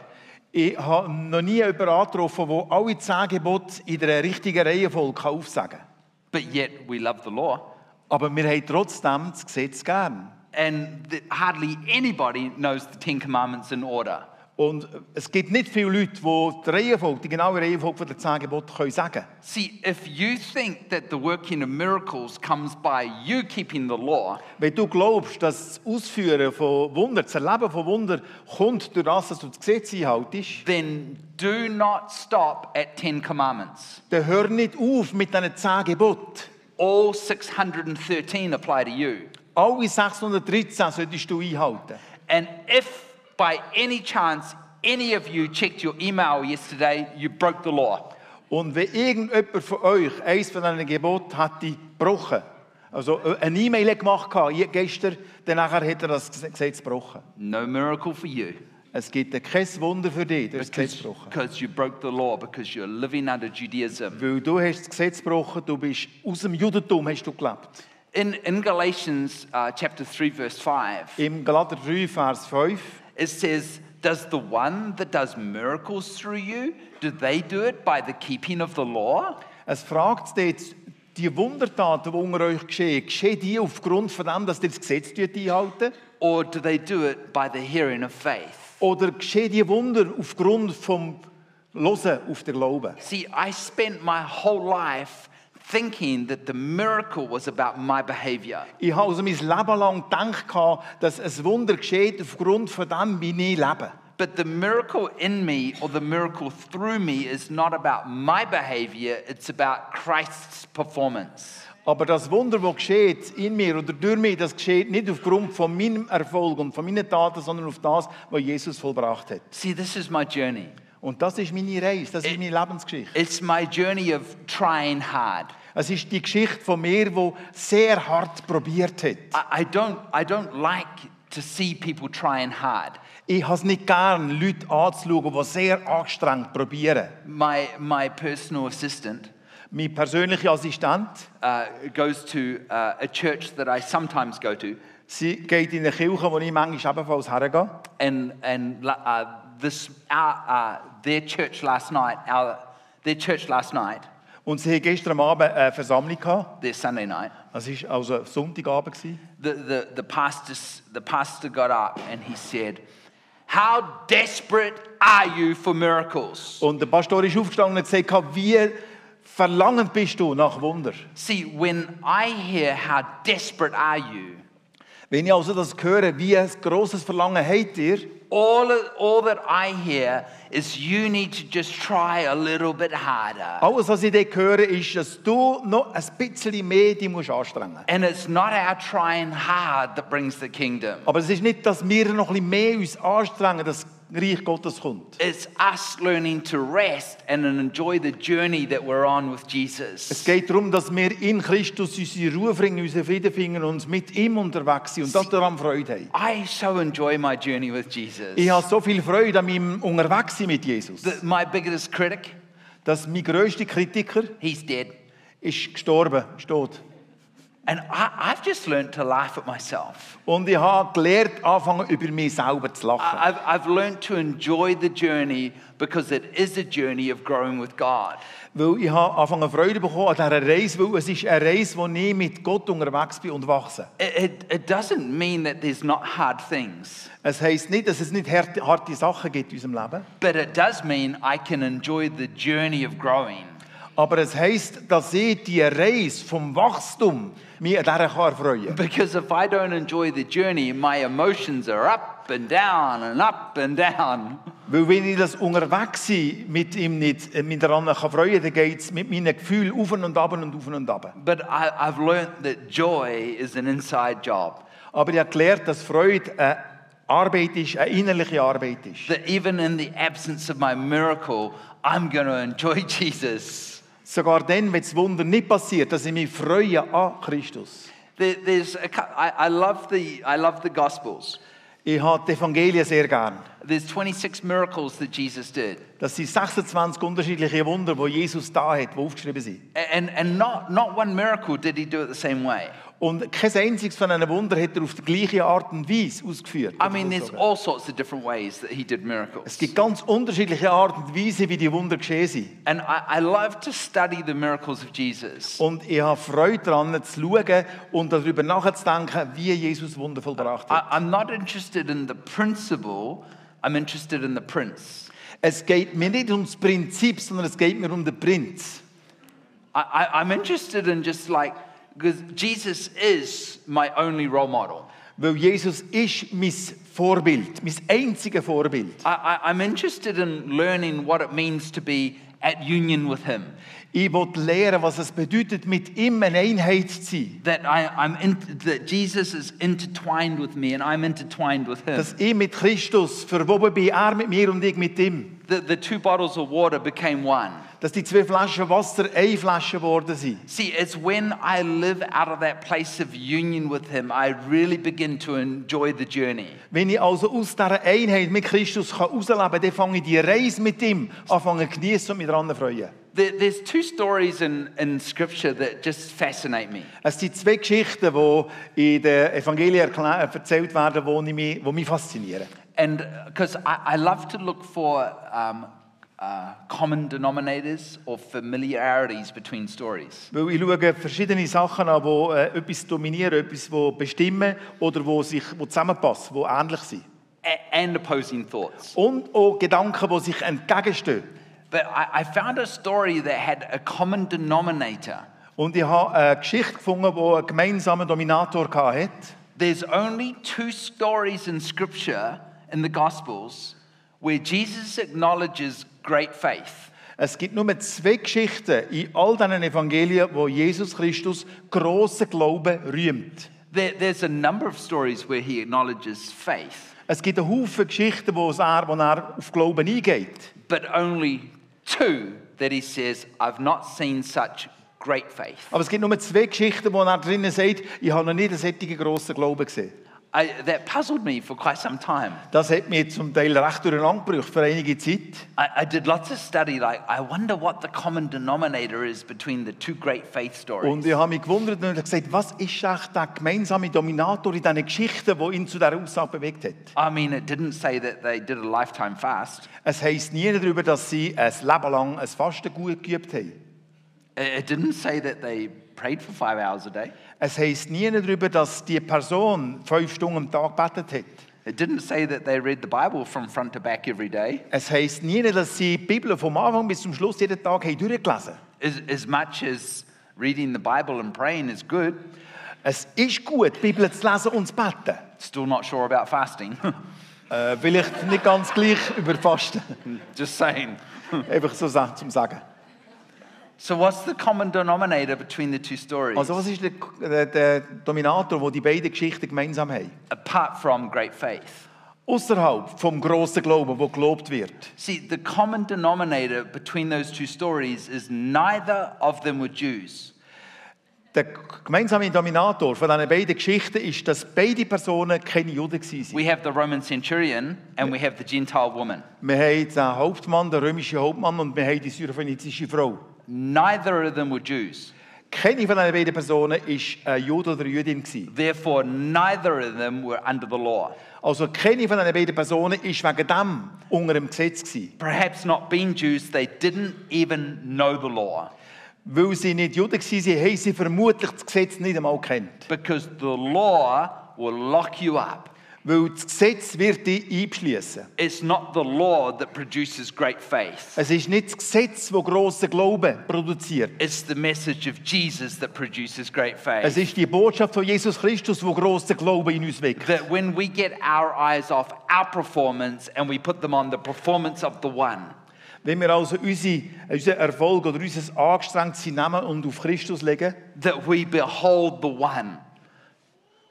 S2: Ich habe noch nie jemanden angetroffen, der alle zehn Gebote in der richtigen Reihenfolge aufsagen kann.
S1: But yet we love the law.
S2: Aber wir haben trotzdem das Gesetz gern.
S1: and th- hardly anybody knows the Ten Commandments in order.
S2: Und es gibt nicht viele Leute, die die Reihenfolge, die genaue Reihenfolge der zehn Gebote können sagen können.
S1: See, if you think that the working of miracles comes by you keeping the law,
S2: Wenn du glaubst, dass das Ausführen von Wunder, das Erleben von Wunder kommt durch das, dass du das Gesetz einhaltest,
S1: then do not stop at Ten Commandments.
S2: dann hör nicht auf mit diesen zehn Geboten.
S1: All 613 apply to you.
S2: Alle 613 solltest du einhalten.
S1: And if by any chance any of you checked your email yesterday, you broke the law.
S2: Und wenn irgendjemand von euch eines von diesen Geboten hat gebrochen, also äh, eine E-Mail hat gemacht hat, je- gestern, dann nachher hat er das Gesetz gebrochen.
S1: No miracle for you
S2: Es gibt äh, kein Wunder für dich, du hast das Gesetz
S1: because,
S2: gebrochen.
S1: because you broke the law, because you're living under Judaism.
S2: Weil du hast das Gesetz gebrochen, du bist aus dem Judentum hast du gelebt.
S1: In, in Galatians uh, chapter 3, verse 5,
S2: Im Galater 3, Vers 5
S1: it says, Does the one that does miracles through you, do they do it by the keeping of the law?
S2: Es fragt jetzt, die Wundertaten, die unter euch geschehen, geschehen die aufgrund von dem, dass ihr das Gesetz einhalten?
S1: Or do they do it by the hearing of faith?
S2: Oder geschehen die Wunder aufgrund vom Losen auf der Laube?
S1: See, I spent my whole life thinking that the miracle was about my behavior.
S2: Ich habe also mein Leben lang gedacht, gehabt, dass ein Wunder geschieht aufgrund von dem, wie ich lebe.
S1: But the miracle in me or the miracle through me is not about my behavior, it's about Christ's performance.
S2: Aber das Wunder, das geschieht in mir oder durch mich, das geschieht nicht aufgrund von meinem Erfolg und von meinen Taten, sondern auf das, was Jesus vollbracht hat.
S1: See, this is my journey.
S2: Und das ist meine Reise, das ist meine Lebensgeschichte.
S1: It's my journey of trying hard.
S2: Es ist die Geschichte von mir, die sehr hart probiert hat.
S1: I, I, don't, I don't like to see people trying hard.
S2: Ich habe es nicht gern, Leute anzuschauen, die sehr angestrengt probieren.
S1: My, my personal assistant
S2: Mein persönlicher Assistent,
S1: uh, goes to uh, a church that I sometimes go to.
S2: sie geht in eine Kirche, wo ich manchmal ebenfalls hergehe.
S1: and and la- uh, this our, uh, their church last night our their church last night
S2: Und sie hatte gestern Abend eine Versammlung. Gehabt.
S1: their Sunday night
S2: Es war also Sonntagabend. Gewesen.
S1: the the the pastor s- the pastor got up and he said how desperate are you for miracles
S2: Und der Pastor ist aufgestanden und hat gesagt, wie verlangend bist du nach Wunder.
S1: see when I hear how desperate are you
S2: Wenn ich also das höre, wie ein grosses Verlangen habt ihr,
S1: all all that I hear is you need to just try a little bit harder
S2: alles, was ich dort höre, ist, dass du noch ein bisschen mehr dich musst anstrengen musst.
S1: and it's not our trying hard that brings the kingdom
S2: Aber es ist nicht, dass wir noch ein bisschen mehr uns anstrengen, dass das Reich Gottes kommt.
S1: It's us learning to rest and enjoy the journey that we're on with
S2: Es
S1: Jesus.
S2: geht darum, dass wir in Christus unsere Ruhe bringen, unseren Frieden finden und mit ihm unterwegs sind und dass wir daran Freude haben.
S1: I so enjoy my journey with Jesus.
S2: Ich habe so viel Freude an meinem Unterwegssein mit Jesus.
S1: The- my biggest critic,
S2: dass mein grösster Kritiker
S1: he's dead.
S2: ist gestorben, ist tot.
S1: And I, I've just learned to laugh at myself.
S2: Und ich habe gelernt, anfangen, über mich selber zu lachen.
S1: I, I've, I've learned to enjoy the journey because it is a journey of growing with God.
S2: Weil ich habe anfangen, Freude bekommen an dieser Reise, weil es ist eine Reise, wo ich mit Gott unterwegs bin und wachse.
S1: It, it, it doesn't mean that there's not hard things,
S2: Es heisst nicht, dass es nicht harte, harte Sachen gibt in unserem Leben.
S1: but it does mean I can enjoy the journey of growing.
S2: Aber es heisst, dass ich die Reise vom Wachstum mich an dieser kann erfreuen kann.
S1: Because if I don't enjoy the journey, my emotions are up and down and up and down.
S2: Weil wenn ich das unterwegs sein mit ihm nicht äh, mich daran kann freuen kann, dann geht es mit meinen Gefühlen auf und ab und auf und ab.
S1: But I, I've learned that joy is an inside job.
S2: Aber ich habe gelernt, dass Freude eine Arbeit ist, eine innerliche Arbeit ist.
S1: That even in the absence of my miracle, I'm going to enjoy Jesus.
S2: Sogar dann, wenn das Wunder nicht passiert, dass ich mich freue an Christus.
S1: There, there's a, cou- I, I love the I love the Gospels.
S2: Ich habe die Evangelien sehr gern.
S1: There's 26 miracles that Jesus did,
S2: Das sind 26 unterschiedliche Wunder, die Jesus da hat, die aufgeschrieben sind.
S1: A- and and not not one miracle did he do it the same way.
S2: Und kein einziges von einem Wunder hat er auf die gleiche Art und Weise ausgeführt.
S1: I mean, there's all sorts of different ways that he did miracles.
S2: es gibt ganz unterschiedliche Art und Weise, wie die Wunder geschehen sind.
S1: And I, I love to study the miracles of Jesus.
S2: Und ich habe Freude daran, zu schauen und darüber nachzudenken, wie Jesus Wunder vollbracht hat.
S1: I, I'm not interested in the principle, I'm interested in the prince.
S2: Es geht mir nicht ums Prinzip, sondern es geht mir um den Prinz.
S1: I, I, I'm interested in just like, because Jesus is my only role model.
S2: Weil Jesus ist mein Vorbild, mein einziges Vorbild.
S1: I, I, I'm interested in learning what it means to be at union with Him.
S2: Ich will lernen, was es bedeutet, mit ihm eine Einheit zu sein.
S1: That, I, I'm in, that Jesus is intertwined with me and I'm intertwined with Him.
S2: Dass ich mit Christus verwoben bin, er mit mir und ich mit ihm.
S1: The, the two bottles of water became one.
S2: Dass die zwei Flaschen Wasser eine Flasche geworden sind.
S1: See, it's when I live out of that place of union with Him, I really begin to enjoy the journey.
S2: Wenn ich also aus dieser Einheit mit Christus kann herausleben kann, dann fange ich die Reise mit ihm anfangen zu genießen und mich daran zu freuen.
S1: There, there's two stories in, in Scripture that just fascinate me.
S2: Es sind zwei Geschichten, die in den Evangelien erklä- erzählt werden, die ich mich, die mich faszinieren.
S1: And because I, I love to look for um, uh, common denominators or familiarities between stories.
S2: Weil ich schaue verschiedene Sachen an, die äh, etwas dominieren, etwas die bestimmen oder wo sich wo zusammenpassen, die ähnlich sind.
S1: A- and opposing thoughts.
S2: Und auch Gedanken, die sich entgegenstehen.
S1: But I, I found a story that had a common denominator.
S2: Und ich habe eine Geschichte gefunden, die einen gemeinsamen Dominator hatte.
S1: There's only two stories in Scripture, in the Gospels, where Jesus acknowledges great faith.
S2: Es gibt nur zwei Geschichten in all diesen Evangelien, wo Jesus Christus grossen Glauben rühmt.
S1: There, there's a number of stories where he acknowledges faith,
S2: Es gibt einen Haufen Geschichten, wo es er, wo er auf Glauben eingeht.
S1: but only two that he says, I've not seen such great faith.
S2: Aber es gibt nur zwei Geschichten, wo er drinnen sagt, ich habe noch nie einen solchen grossen Glauben gesehen.
S1: I, that puzzled me for quite some time.
S2: Das hat mich zum Teil recht durcheinander gebracht für einige Zeit.
S1: I, I did lots of study, like, I wonder what the common denominator is between the two great faith stories.
S2: Und ich habe mich gewundert und habe gesagt, was ist echt der gemeinsame Dominator in diesen Geschichten, der ihn zu dieser Aussage bewegt hat?
S1: I mean, it didn't say that they did a lifetime fast.
S2: Es heisst nie darüber, dass sie ein Leben lang ein Fasten gut geübt haben.
S1: It it didn't say that they prayed for five hours a day.
S2: Es heisst nie darüber, dass die Person fünf Stunden am Tag gebetet hat.
S1: It didn't say that they read the Bible from front to back every day.
S2: Es heisst nie, dass sie die Bibel vom Anfang bis zum Schluss jeden Tag haben durchgelesen haben.
S1: As, as much as reading the Bible and praying is good,
S2: Es ist gut, die Bibel zu lesen und zu beten.
S1: still not sure about fasting.
S2: Äh, vielleicht nicht ganz gleich über Fasten.
S1: Just saying.
S2: Einfach so sa- zum Sagen.
S1: So, what's the common denominator between the two stories?
S2: Also was ist der, der, der Dominator, wo die beiden Geschichten gemeinsam haben?
S1: Apart from great faith.
S2: Außerhalb vom großen Glauben, wo gelobt wird.
S1: See, the common denominator between those two stories is neither of them were Jews.
S2: Der gemeinsame Dominator von diesen beiden Geschichten ist, dass beide Personen keine Juden waren.
S1: We have the Roman centurion and we have the Gentile woman.
S2: Wir haben den Hauptmann, den römischen Hauptmann, und wir haben die syrophenizische Frau.
S1: Neither of them were Jews.
S2: Keine von diesen beiden Personen war ein Jude oder eine Jüdin. gewesen.
S1: Therefore, neither of them were under the law.
S2: Also keine von diesen beiden Personen war wegen dem unter dem Gesetz. gewesen.
S1: Perhaps not being Jews, they didn't even know the law
S2: Weil sie nicht Juden waren, haben sie vermutlich das Gesetz nicht einmal kennt.
S1: because the law will lock you up.
S2: Weil das Gesetz wird dich einschliessen.
S1: It's not the law that produces great faith,
S2: Es ist nicht das Gesetz, das grossen Glauben produziert.
S1: it's the message of Jesus that produces great
S2: Es
S1: faith.
S2: ist die Botschaft von Jesus Christus, die grossen Glauben in uns weckt.
S1: That when we get our eyes off our performance and we put them on the performance of the one,
S2: Wenn wir also unsere, unseren Erfolg oder unser Angestrengtsein nehmen und auf Christus legen,
S1: that we behold the one. We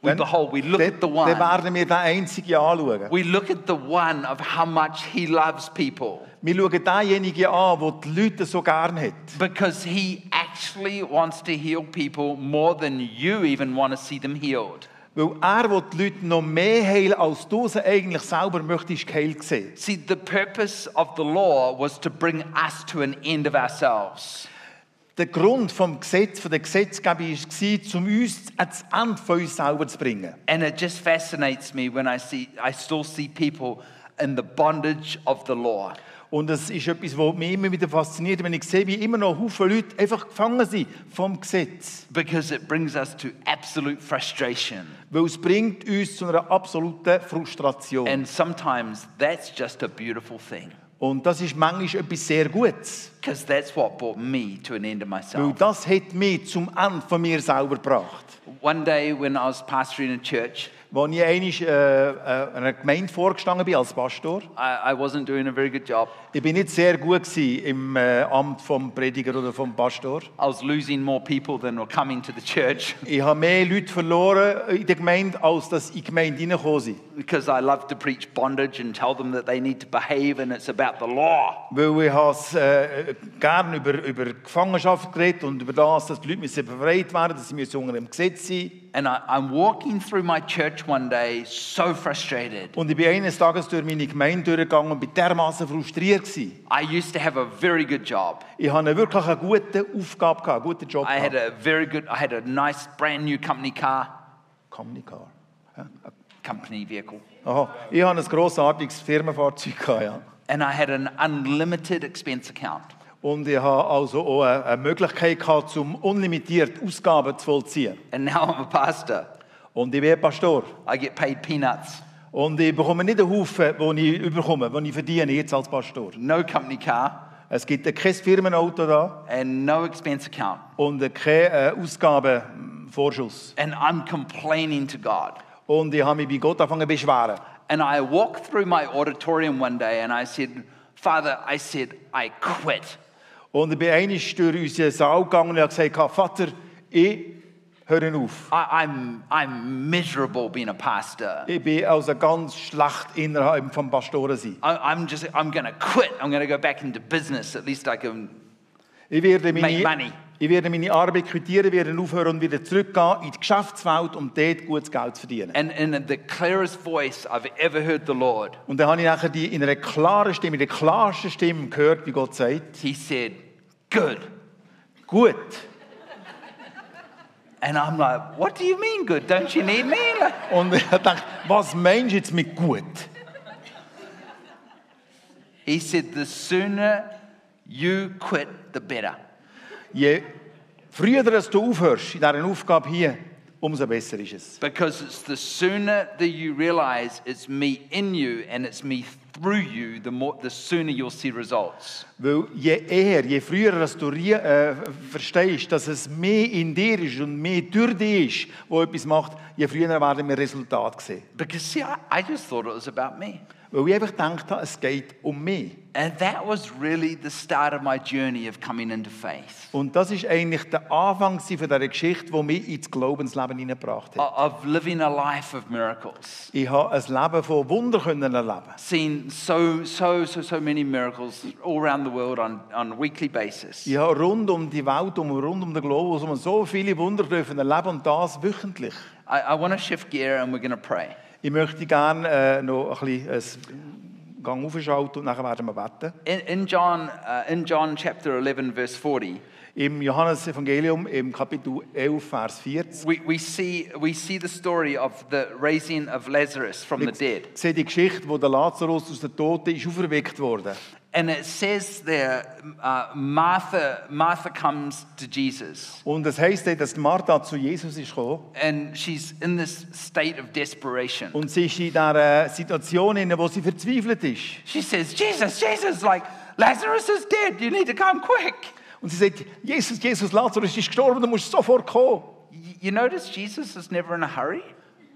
S2: dann,
S1: behold, we look
S2: dann-
S1: at the
S2: dann
S1: one.
S2: werden wir den Einzigen anschauen.
S1: We look at the one of how much he loves people
S2: Wir schauen denjenigen an, den die Leute so gern hat.
S1: because he actually wants to heal people more than you even want to see them healed.
S2: Weil er will die Leute noch mehr heilen, als du sie eigentlich selber möchtest geheilt sehen.
S1: See, the purpose of the law was to bring us to an end of ourselves.
S2: der Grund vom Gesetz, von der Gesetzgebung war, um uns ans Ende von uns selber zu bringen.
S1: And it just fascinates me when I see, I still see people in the bondage of the law.
S2: Und das ist etwas, was mich immer wieder fasziniert, wenn ich sehe, wie immer noch Haufen Leute einfach gefangen sind vom Gesetz.
S1: because it brings us to absolute frustration.
S2: Weil es bringt uns zu einer absoluten Frustration.
S1: And sometimes that's just a beautiful thing
S2: Und das ist manchmal etwas sehr Gutes.
S1: because that's what brought me to an end of
S2: Weil
S1: myself.
S2: das hat mich zum Ende von mir selber gebracht.
S1: One day when I was pastoring a church,
S2: Als ich einmal äh, äh, einer Gemeinde vorgestanden bin als Pastor,
S1: I, I wasn't doing a very good job.
S2: ich bin nicht sehr gut gewesen im äh, Amt vom Prediger oder vom Pastor.
S1: I was losing more people than were coming to the church
S2: Ich habe mehr Leute verloren in der Gemeinde, als dass in die Gemeinde reingekommen sind.
S1: because I love to preach bondage and tell them that they need to behave and it's about the law.
S2: Weil ich has, äh, gerne über, über Gefangenschaft geredet und über das, dass die Leute müssen befreit werden, dass sie müssen unter dem Gesetz sind.
S1: And I, I'm walking through my church one day so frustrated.
S2: Und ich bin eines Tages durch meine Gemeinde durchgegangen und bin dermaßen frustriert. Gewesen.
S1: I used to have a very good job.
S2: Ich hatte wirklich eine gute Aufgabe, gehabt, einen guten Job.
S1: I had
S2: gehabt.
S1: a very good, I had a nice brand new company car.
S2: Company Car.
S1: company vehicle.
S2: Aha. Ich hatte ein grossartiges Firmenfahrzeug. Gehabt, ja.
S1: And I had an unlimited expense account.
S2: Und ich hatte also auch eine eine Möglichkeit, gehabt, um unlimitiert Ausgaben zu vollziehen.
S1: And now I'm a pastor.
S2: Und ich bin Pastor.
S1: I get paid peanuts,
S2: Und ich bekomme nicht einen Haufen, den ich bekomme, den ich verdiene jetzt als Pastor.
S1: no company car,
S2: Es gibt äh, kein Firmenauto da
S1: and no expense account.
S2: und äh, keinen äh, Ausgabenvorschuss.
S1: And I'm complaining to God.
S2: Und ich habe mich bei Gott angefangen zu beschweren.
S1: And I walked through my auditorium one day and I said, Father, I said, I quit.
S2: Und ich bin einmal durch unsere Saal gegangen und habe gesagt, «Ah, Vater, ich höre auf.
S1: I, I'm, I'm miserable being a pastor.
S2: Ich bin also ganz schlecht innerhalb vom Pastoren sein.
S1: I, I'm just, I'm going to quit. I'm going to go back into business. At least I can.
S2: Ich werde
S1: Make money.
S2: meine, ich werde meine Arbeit quittieren, werde aufhören und wieder zurückgehen in die Geschäftswelt, um dort gutes Geld zu verdienen.
S1: And in the clearest voice I've ever heard the Lord,
S2: Und dann habe ich nachher die in einer klaren Stimme, in der klarsten Stimme gehört, wie Gott sagt,
S1: He said, Good.
S2: gut,
S1: And I'm like, What do you mean good? Don't you need me? Like-
S2: Und ich dachte, was meinst du jetzt mit gut?
S1: He said, The sooner you quit, the better.
S2: Je früher dass du aufhörst in dieser Aufgabe hier, umso besser ist es.
S1: Because it's the sooner that you realize it's me in you and it's me through you, the, more, the sooner you'll see results.
S2: Weil je eher, je früher dass du rie- äh, verstehst, dass es mehr in dir ist und mehr durch dich ist, wo etwas macht, je früher werden wir Resultate sehen.
S1: Because, see, I, I just thought it was about me.
S2: Weil ich einfach gedacht habe, es geht um mich.
S1: And that was really the start of my journey of coming into faith,
S2: Und das ist eigentlich der Anfang gewesen von dieser Geschichte, die mich ins Glaubensleben hineingebracht hat.
S1: o- of living a life of miracles.
S2: Ich habe ein Leben von Wunder können erleben.
S1: Seen so, so, so, so many miracles all around the world on, on a weekly basis.
S2: Ich habe rund um die Welt, um, rund um den Globus, um so viele Wunder dürfen erleben und das wöchentlich.
S1: I, I want to shift gear and we're going to pray.
S2: Ich möchte gerne äh, noch ein bisschen äh, Gang aufschalten und nachher werden wir beten.
S1: In, in, John, uh, in John chapter 11, verse 40,
S2: Im Johannesevangelium, im Kapitel 11, Vers 40,
S1: we, we, see, we see the story of the raising of Lazarus from the dead.
S2: sehe die Geschichte, wo der Lazarus aus den Toten ist auferweckt wurde.
S1: And it says there, uh, Martha, Martha comes to Jesus.
S2: Und es heisst dort, dass Martha zu Jesus ist gekommen
S1: And she's in this state of desperation.
S2: und sie ist in dieser äh, Situation, in der sie verzweifelt ist.
S1: She says, Jesus, Jesus, like, Lazarus is dead. You need to come quick.
S2: Und sie sagt, Jesus, Jesus, Lazarus ist gestorben, du musst sofort kommen.
S1: Y- You notice Jesus is never in a hurry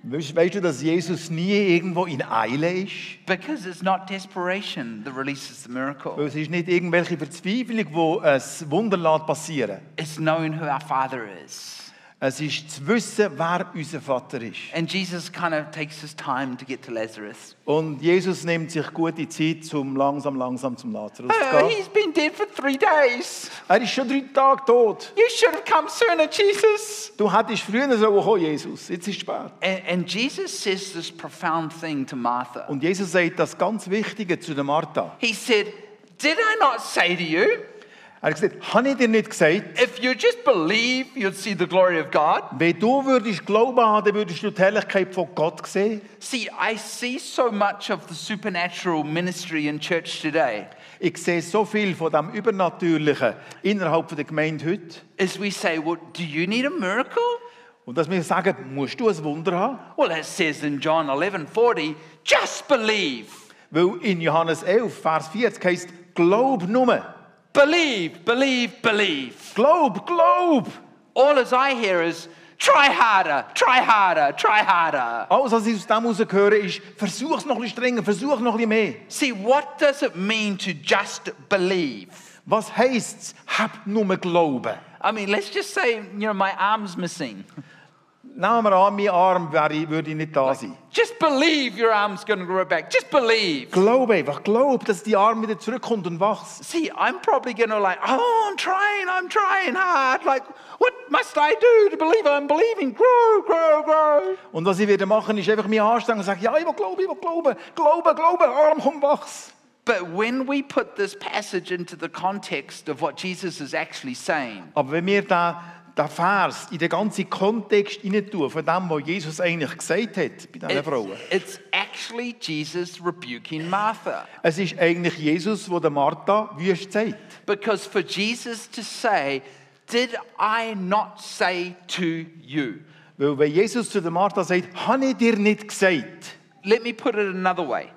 S2: Weißt, weißt du, dass Jesus nie irgendwo in Eile ist?
S1: because it's not desperation that releases the miracle.
S2: Weil es ist nicht irgendwelche Verzweiflung, wo ein Wunder lässt passieren
S1: It's knowing who our Father is.
S2: Es ist zu wissen, wer unser Vater ist.
S1: And Jesus kind of takes his time to get to Lazarus.
S2: Und Jesus nimmt sich gute Zeit, um langsam, langsam zum Lazarus zu
S1: Oh,
S2: gehen.
S1: he's been dead for three days.
S2: Er ist schon drei Tage tot.
S1: You should have come sooner, Jesus.
S2: Du hättest früher sollen kommen, Jesus. Jetzt ist es spät.
S1: And, and Jesus says this profound thing to Martha.
S2: Und Jesus sagt das ganz Wichtige zu der Martha.
S1: He said, Did I not say to you,
S2: Er hat gesagt, habe ich dir nicht gesagt,
S1: If you just believe, you'd see the glory of God.
S2: wenn du würdest Glauben haben, dann würdest du die Herrlichkeit von Gott sehen.
S1: See, I see so much of the supernatural ministry in church today.
S2: Ich sehe so viel von dem Übernatürlichen innerhalb von der Gemeinde heute.
S1: Is we say, well, do you need a miracle?
S2: Und dass wir sagen, musst du ein Wunder haben?
S1: Well, it says in John 11:40, just believe.
S2: Weil in Johannes 11, Vers 40 heißt, glaub nur.
S1: Believe, believe, believe.
S2: Glaub, glaub!
S1: All as I hear is try harder, try harder, try harder.
S2: Alles, was ich aus dem heraus höre, ist, versuch es noch ein bisschen strenger, versuch noch ein bisschen mehr.
S1: See, what does it mean to just believe?
S2: Was heisst es? Hab nur Glauben.
S1: I mean, let's just say, you know, my arm's missing.
S2: Nehmen wir an, mein Arm wäre, ich- würde ich nicht da sein.
S1: Just believe your arm's going to grow back. Just believe.
S2: Glaube einfach, glaub, dass die Arm wieder zurückkommt und wächst.
S1: See, I'm probably going to like, oh, I'm trying, I'm trying hard. Like, what must I do to believe I'm believing? Grow, grow, grow.
S2: Und was ich werde machen, ist einfach mich anstrengen und sagen, ja, ich will glauben, ich will glauben. Glauben, glauben, Arm, komm, wachs.
S1: But when we put this passage into the context of what Jesus is actually saying,
S2: Aber wenn wir da den Vers in den ganzen Kontext hinein tun, von dem, was Jesus eigentlich gesagt hat bei diesen Frauen,
S1: it's, it's actually Jesus rebuking Martha.
S2: es ist eigentlich Jesus, der der Martha wüst sagt.
S1: Because for Jesus to say, Did I not say to you?
S2: Weil wenn Jesus zu der Martha sagt, habe ich dir nicht gesagt,
S1: Let me put it another way.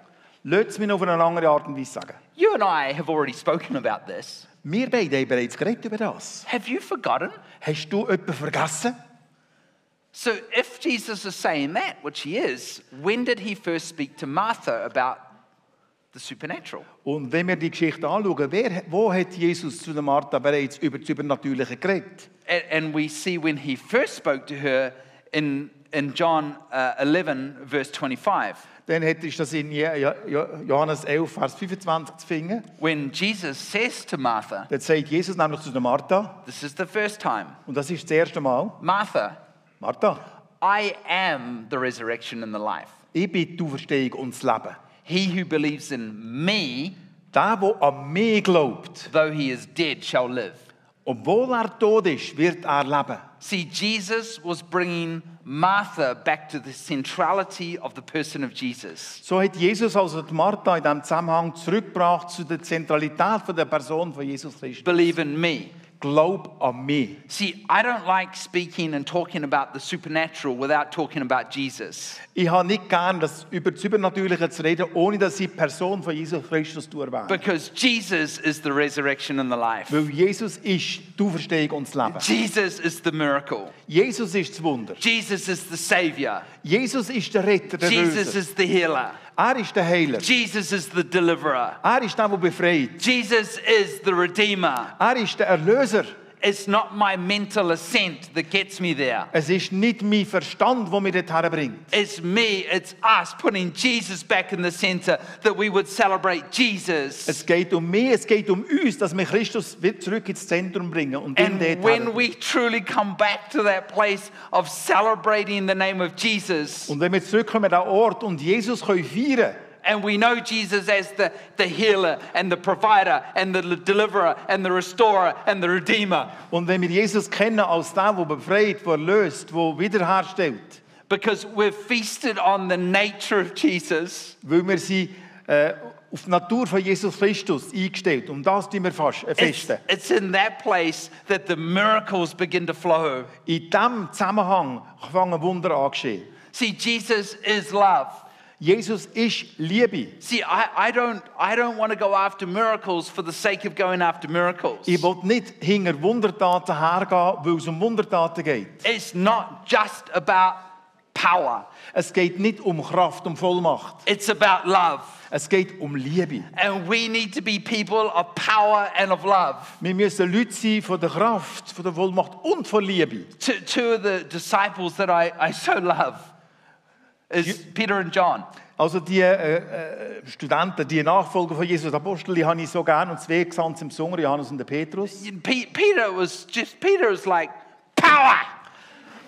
S2: lasst es mich noch auf eine andere Art und Weise sagen.
S1: You and I have already spoken about this.
S2: Wir beide haben bereits geredet über das.
S1: Have you forgotten?
S2: Hast du jemanden vergessen?
S1: So, if Jesus is saying that, which he is, when did he first speak to Martha about the supernatural?
S2: Und wenn wir die Geschichte anschauen, wer, wo hat Jesus zu der Martha bereits über das Übernatürliche geredet?
S1: And, and we see when he first spoke to her in, in John uh, 11, verse 25,
S2: Dann hat- ist das in Je- Jo- Jo- Johannes 11, Vers 25 zu finden.
S1: when Jesus says to Martha,
S2: Dann sagt Jesus nämlich zu der Martha,
S1: This is the first time,
S2: und das ist das erste Mal,
S1: Martha,
S2: Martha,
S1: I am the resurrection and the life.
S2: ich bin die Auferstehung und das Leben.
S1: He who believes in me,
S2: Der, der an mich glaubt,
S1: though he is dead, shall live.
S2: obwohl er tot ist, wird er leben.
S1: See, Jesus was bringing Martha back to the centrality of the person of Jesus.
S2: So hat Jesus also die Martha in diesem Zusammenhang zurückgebracht zu der Zentralität von der Person von Jesus Christus.
S1: Believe in me.
S2: Glaub an mich.
S1: See, I don't like speaking and talking about the supernatural without talking about Jesus.
S2: Ich habe nicht gern, das über das Übernatürliche zu reden, ohne dass ich die Person von Jesus Christus erwähne.
S1: Because Jesus is the resurrection and the life.
S2: Weil Jesus ist die Auferstehung und das Leben.
S1: Jesus is the miracle.
S2: Jesus ist das Wunder.
S1: Jesus is the savior.
S2: Jesus ist der Retter, der
S1: Jesus
S2: Löser.
S1: is the healer.
S2: Er ist der Heiler.
S1: Jesus is the deliverer.
S2: Er ist der, der befreit.
S1: Jesus is the redeemer.
S2: Er ist der Erlöser.
S1: It's not my mental assent that gets me there.
S2: Es ist nicht mein Verstand, der mich dorthin bringt.
S1: It's me, it's us putting Jesus back in the center that we would celebrate Jesus.
S2: Es geht um mich, es geht um uns, dass wir Christus wieder zurück ins Zentrum bringen und ihn
S1: And
S2: dorthin
S1: when
S2: bringen.
S1: we truly come back to that place of celebrating the name of Jesus,
S2: Und wenn wir zurückkommen an den Ort und Jesus können feiern
S1: and we know Jesus as the, the healer and the provider and the deliverer and the restorer and the redeemer,
S2: und wenn wir Jesus kennen als den, der befreit, der erlöst, der wiederherstellt,
S1: because we've feasted on the nature of Jesus,
S2: weil wir sie äh, auf die Natur von Jesus Christus eingestellt und das tun wir fast, äh,
S1: it's,
S2: festen.
S1: it's in that place that the miracles begin to flow.
S2: In diesem Zusammenhang fangen Wunder an geschehen.
S1: See, Jesus is love.
S2: Jesus ist Liebe.
S1: See, I, I don't I don't want to go after miracles for the sake of going after miracles.
S2: Ich will nicht hinter Wundertaten hergehen, weil es um Wundertaten geht.
S1: It's not just about power.
S2: Es geht nicht um Kraft, um Vollmacht.
S1: It's about love.
S2: Es geht um Liebe.
S1: And we need to be people of power and of love.
S2: Wir müssen Leute sein von der Kraft, von der Vollmacht und von Liebe.
S1: Two, two of the disciples that I, I so love is Peter and John.
S2: Also die äh, äh, Studenten, die Nachfolger von Jesus Apostel, die habe ich so gern und zwei gesandt im Sommer, Johannes und der Petrus.
S1: Pe- Peter was just Peter was like power.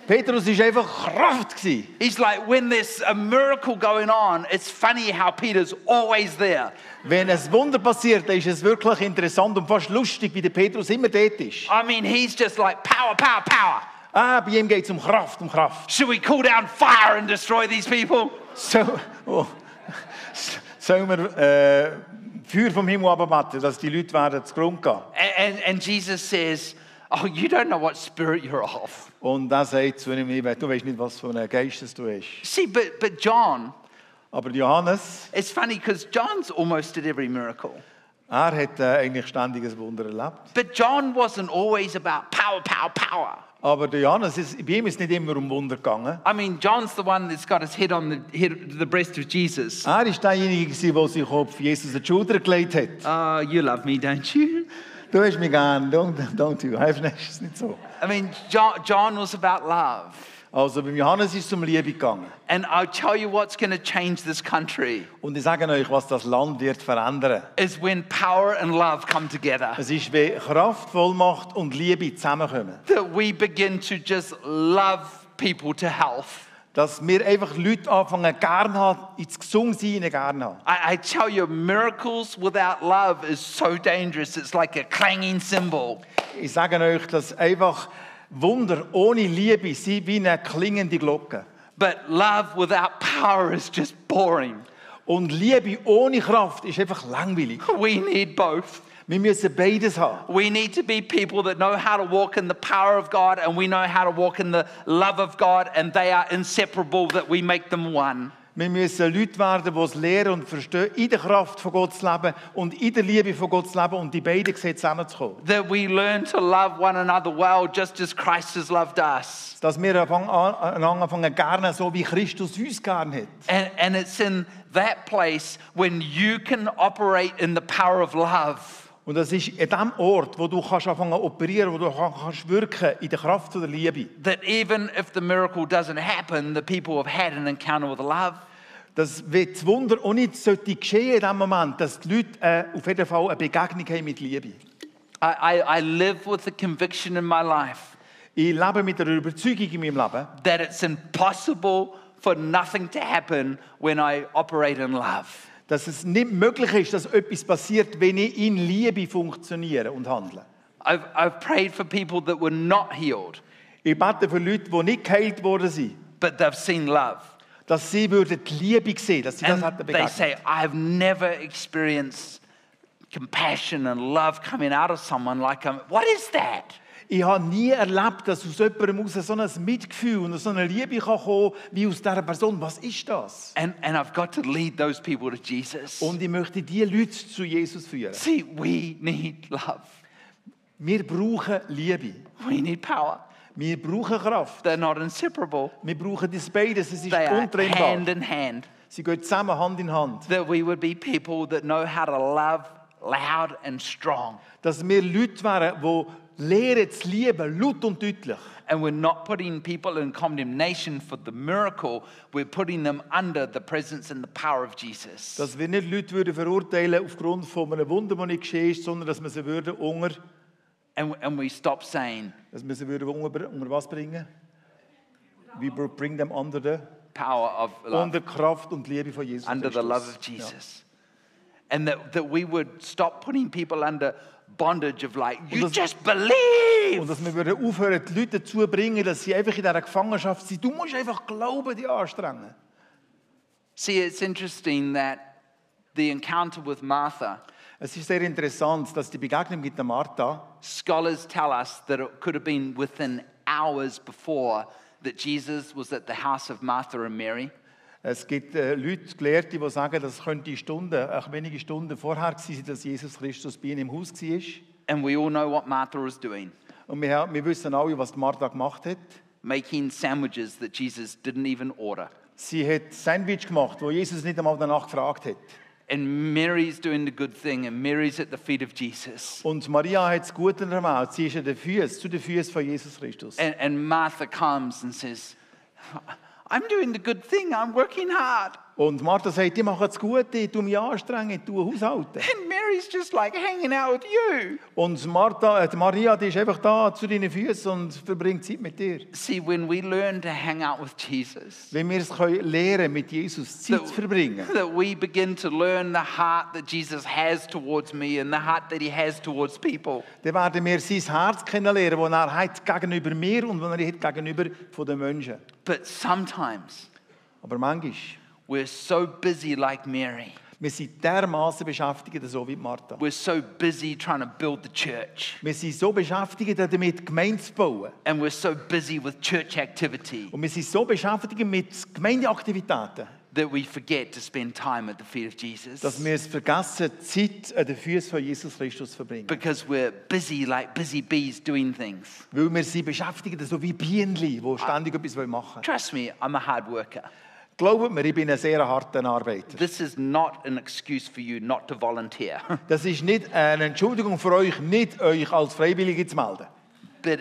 S2: Petrus war einfach Kraft. Gewesen.
S1: He's like, when there's a miracle going on, it's funny how Peter's always there.
S2: Wenn ein Wunder passiert, dann ist es wirklich interessant und fast lustig, wie der Petrus immer dort ist.
S1: I mean, he's just like, power, power, power.
S2: Ah, bei ihm geht es um Kraft, um Kraft.
S1: Should we call down fire and destroy these people?
S2: So, oh, s- sollen wir äh, Feuer vom Himmel abmatten, dass die Leute werden zu Grund gehen.
S1: And, and, and Jesus says, Oh, you don't know what spirit you're of.
S2: Und er sagt zu ihm, ich we- du weißt nicht, was für ein Geist du bist.
S1: See, but, but John,
S2: Aber Johannes,
S1: it's funny because John's almost did every miracle.
S2: er hat äh, eigentlich ständiges Wunder erlebt.
S1: But John wasn't always about power, power, power.
S2: Aber der Johannes, ist, bei ihm ist nicht immer um Wunder gegangen.
S1: I mean, John's the one that's got his head on the, head, the breast of Jesus.
S2: Er war derjenige, gewesen, der sich auf Jesus die Schulter gelegt hat.
S1: Oh, you love me, don't you?
S2: Du hast mich gern, don't, don't you, hast es nicht so.
S1: I mean, John, John was about love.
S2: Also beim Johannes ist es um Liebe gegangen.
S1: And I'll tell you what's going to change this country
S2: Und ich sage euch, was das Land wird verändern.
S1: is when power and love come together.
S2: Es ist, wenn Kraft, Vollmacht und Liebe zusammenkommen.
S1: That we begin to just love people to health.
S2: Dass wir einfach Leute anfangen, gern haben, ins Gesungsein gern haben.
S1: I, I tell you, miracles without love is so dangerous. It's like a clanging cymbal.
S2: Ich sage euch, dass einfach Wunder ohne Liebe sind wie eine klingende Glocke.
S1: But love without power is just boring.
S2: Und Liebe ohne Kraft ist einfach langweilig.
S1: We need both.
S2: Wir müssen beides haben.
S1: We need to be people that know how to walk in the power of God and we know how to walk in the love of God, and they are inseparable, that we make them one.
S2: Wir müssen Leute werden, die es lernen und verstehen, in der Kraft von Gott zu leben und in der Liebe von Gott zu leben und die beiden sehen zusammenzukommen.
S1: That we learn to love one another well, just as Christ has loved us.
S2: Dass wir anfangen, an- anfangen gerne so, wie Christus uns gern hat.
S1: And, and it's in that place when you can operate in the power of love.
S2: Und das ist an dem Ort, wo du kannst anfangen zu operieren, wo du kann- kannst wirken in der Kraft von der Liebe.
S1: that even if the miracle doesn't happen, the people have had an encounter with love.
S2: Dass wenn das Wunder auch nicht sollte geschehen in diesem Moment, dass die Leute äh, auf jeden Fall eine Begegnung haben mit Liebe.
S1: I, I, I live with the conviction in my life
S2: Ich lebe mit einer Überzeugung in meinem Leben,
S1: that it's impossible for nothing to happen when I operate in love.
S2: dass es nicht möglich ist, dass etwas passiert, wenn ich in Liebe funktioniere und handle.
S1: I've, I've prayed for people that were not healed,
S2: Ich bete für Leute, die nicht geheilt worden sind,
S1: but they've seen love.
S2: dass sie würden die Liebe sehen, dass sie das
S1: And
S2: hätten
S1: they
S2: begegnet.
S1: say, I've never experienced compassion and love coming out of someone like I'm. What is that?
S2: Ich habe nie erlebt, dass aus jemandem heraus so ein Mitgefühl und so eine Liebe kann kommen wie aus dieser Person. Was ist das?
S1: And, and I've got to lead those people to Jesus.
S2: Und ich möchte diese Leute zu Jesus führen.
S1: See, we need love.
S2: Wir brauchen Liebe.
S1: We need power.
S2: Wir brauchen Kraft.
S1: They're not inseparable.
S2: Wir brauchen das beides. Es ist
S1: They are hand
S2: untrennbar.
S1: in hand.
S2: Sie gehen zusammen Hand in Hand.
S1: That we would be people that know how to love loud and strong.
S2: Dass wir Leute wären, die lernen zu lieben, laut und deutlich.
S1: And we're not putting people in condemnation for the miracle, we're putting them under the presence and the power of Jesus.
S2: Dass wir nicht Leute würden verurteilen aufgrund von einem Wunder, das nicht geschehen ist, sondern dass wir sie würden unter,
S1: And, and we stop saying
S2: dass wir sie würden unter, unter was bringen? We bring them under the...
S1: power of love,
S2: Unter Kraft und Liebe von Jesus.
S1: under the
S2: Christus.
S1: love of Jesus. And that, that we would stop putting people under bondage of like, you
S2: das-
S1: just
S2: Ja. Und
S1: believe.
S2: dass wir würden aufhören, die Leute dazu bringen, dass sie einfach in dieser Gefangenschaft sind. Du musst einfach glauben, die anstrengen.
S1: See, it's interesting that the encounter with Martha.
S2: Es ist sehr interessant, dass die Begegnung mit der Martha,
S1: Scholars tell us that it could have been within hours before that Jesus was at the house of Martha and Mary.
S2: es gibt äh, Leute, Gelehrte, die sagen, das könnte Stunden, auch wenige Stunden vorher gewesen sein, dass Jesus Christus bei ihnen im Haus war.
S1: And we all know what Martha was doing
S2: Und wir, haben- wir wissen alle, was die Martha gemacht hat.
S1: making sandwiches that Jesus didn't even order.
S2: Sie hat Sandwich gemacht, wo Jesus nicht einmal danach gefragt hat.
S1: And Mary's doing the good thing, and Mary's at the feet of Jesus.
S2: Und Maria hat es gut ermauert. Sie ist an den Füßen, zu den Füßen von Jesus Christus.
S1: And, and Martha comes and says, I'm doing the good thing, I'm working hard.
S2: Und Martha sagt, ich mache es gut, ich tue mich anstrengen, ich tue Haushalten.
S1: And Mary's just like hanging out with you.
S2: Und Martha, äh, die Maria, die ist einfach da zu deinen Füßen und verbringt Zeit mit dir.
S1: See, when we learn to hang out with Jesus,
S2: Wenn wir es können lernen, mit Jesus Zeit zu verbringen,
S1: that we begin to learn the heart that Jesus has towards me and the heart that he has towards people.
S2: dann werden wir sein Herz kennenlernen, das er hat gegenüber mir und das er hat gegenüber von den Menschen.
S1: But sometimes
S2: Aber manchmal,
S1: we're so busy, like Mary,
S2: wir sind dermaßen beschäftigt, so wie die Martha.
S1: we're so busy trying to build the church,
S2: Wir sind so beschäftigt damit, Gemeinde zu bauen.
S1: and we're so busy with church activity
S2: Und wir sind so beschäftigt mit Gemeindeaktivitäten,
S1: that we forget to spend time at the feet of
S2: dass
S1: Jesus.
S2: wir es vergessen, Zeit an den Füßen von Jesus Christus zu verbringen.
S1: Because we're busy, like busy bees, doing things.
S2: Weil wir sind beschäftigt, so wie Bienen, die ständig etwas machen wollen.
S1: Trust me, I'm a hard worker.
S2: Glaubt mir, ich bin ein sehr harter Arbeiter.
S1: This is not an excuse for you not to volunteer,
S2: Das ist nicht eine Entschuldigung für euch, nicht euch als Freiwillige zu melden.
S1: but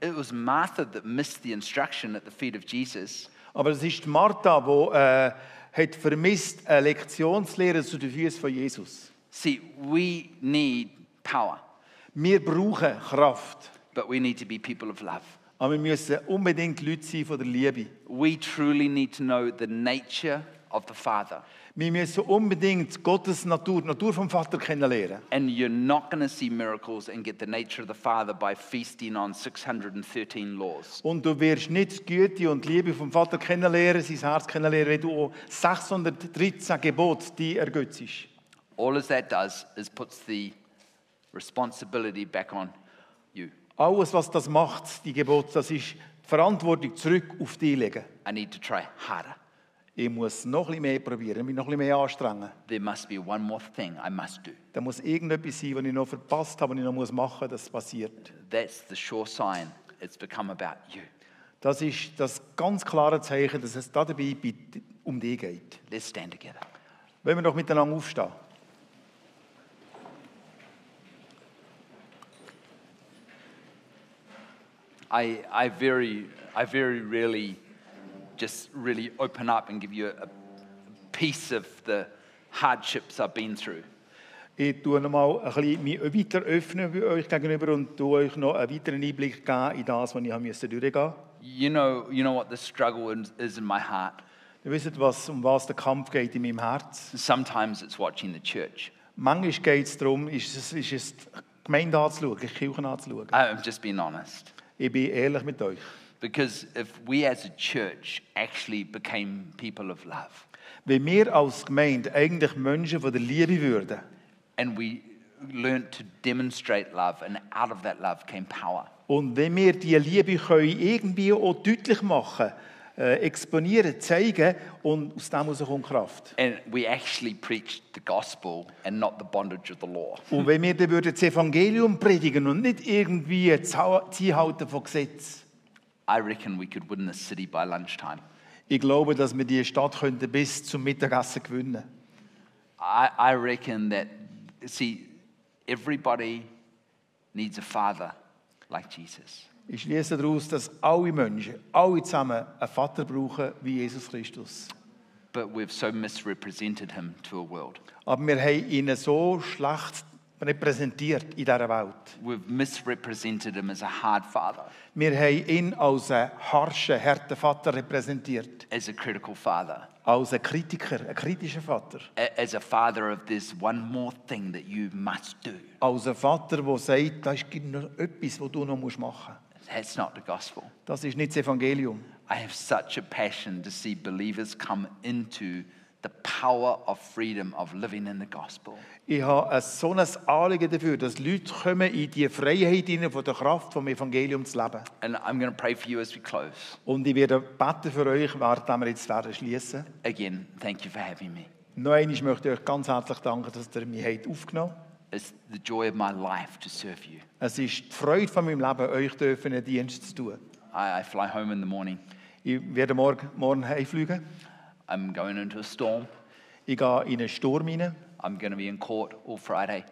S1: it was Martha that missed the instruction at the feet of Jesus.
S2: Aber es ist die Martha, die äh, hat vermisst, eine Lektion zu lernen zu den Füßen von Jesus.
S1: See, we need power,
S2: Wir brauchen Kraft,
S1: but we need to be people of love.
S2: aber wir müssen unbedingt Leute sein von der Liebe.
S1: We truly need to know the nature of the Father.
S2: Wir müssen unbedingt Gottes Natur, die Natur vom Vater kennenlernen.
S1: And you're not going to see miracles and get the nature of the Father by feasting on 613 laws.
S2: Und du wirst nicht die Güte und die Liebe vom Vater kennenlernen, sein Herz kennenlernen, wenn du auch 613 Gebote die ergötzest.
S1: All as that does is puts the responsibility back on you.
S2: Alles, was das macht, die Gebote, das ist die Verantwortung zurück auf dich legen.
S1: I need to try harder.
S2: Ich muss noch ein bisschen mehr probieren, mich noch ein bisschen mehr anstrengen.
S1: There must be one more thing I must do.
S2: Da muss irgendetwas sein, was ich noch verpasst habe, was ich noch machen muss, dass es passiert.
S1: That's the sure sign it's become about you.
S2: Das ist das ganz klare Zeichen, dass es dabei bei- um dich geht.
S1: Let's stand together.
S2: Wollen wir doch miteinander aufstehen?
S1: I, I, very, I very rarely just really open up and give you a piece of the hardships I've been through.
S2: Ich tue noch mal ein bisschen mich weiter öffnen bei euch gegenüber und tue euch noch einen weiteren Einblick geben in das, was ich habe müssen durchgehen musste.
S1: You know, you know what the struggle is- is in my heart.
S2: Ihr wisst, was, um was der Kampf geht in meinem Herz.
S1: Sometimes it's watching the church.
S2: Manchmal geht es darum, ist es, ist es die Gemeinde anzuschauen, die Kirche anzuschauen.
S1: I'm just being honest.
S2: Ich bin ehrlich mit euch.
S1: Because if we as a church actually became people of love
S2: Wenn wir als Gemeinde eigentlich Menschen von der Liebe würden
S1: and we learned to demonstrate love, and out of that love came power.
S2: und wenn wir diese Liebe können irgendwie auch deutlich machen äh, exponieren, zeigen und aus dem heraus kommt Kraft.
S1: And we actually preached the gospel and not the bondage of the law.
S2: Und wenn wir dann würden das Evangelium predigen und nicht irgendwie das Hau- das Einhalten von Gesetz,
S1: I reckon we could win the city by lunchtime.
S2: ich glaube, dass wir diese Stadt könnten bis zum Mittagessen gewinnen
S1: I, I reckon that, see, everybody needs a father like Jesus.
S2: Ich schließe daraus, dass alle Menschen, alle zusammen, einen Vater brauchen wie Jesus Christus.
S1: But we've so misrepresented him to a world.
S2: Aber wir haben ihn so schlecht repräsentiert in dieser Welt.
S1: We've misrepresented him as a hard father,
S2: Wir haben ihn als einen harschen, harten Vater repräsentiert.
S1: as a critical father,
S2: Als einen Kritiker, einen kritischen Vater.
S1: a- as a father of this one more thing that you must do.
S2: Als einen Vater, der sagt, da gibt noch etwas, was du noch machen musst.
S1: That's not the gospel.
S2: Das ist nicht das Evangelium.
S1: I have such a passion to see believers come into the power of freedom of living in the gospel.
S2: Ich habe ein- so ein Anliegen dafür, dass Leute kommen in die Freiheit hinein, von der Kraft vom Evangelium zu leben.
S1: And I'm going to pray for you as we close.
S2: Und ich werde beten für euch, während wir jetzt werden schließen.
S1: Again, thank you for having me.
S2: Noch einmal möchte ich euch ganz herzlich danken, dass ihr mich habt aufgenommen habt.
S1: It's the joy of my life to serve you.
S2: Es ist die Freude von meinem Leben, euch dürfen einen Dienst zu tun.
S1: I, I fly home in the morning.
S2: Ich werde morgen, morgen heimfliegen.
S1: I'm going into a storm.
S2: Ich gehe in einen Sturm hinein.
S1: I'm going to be in court all Friday.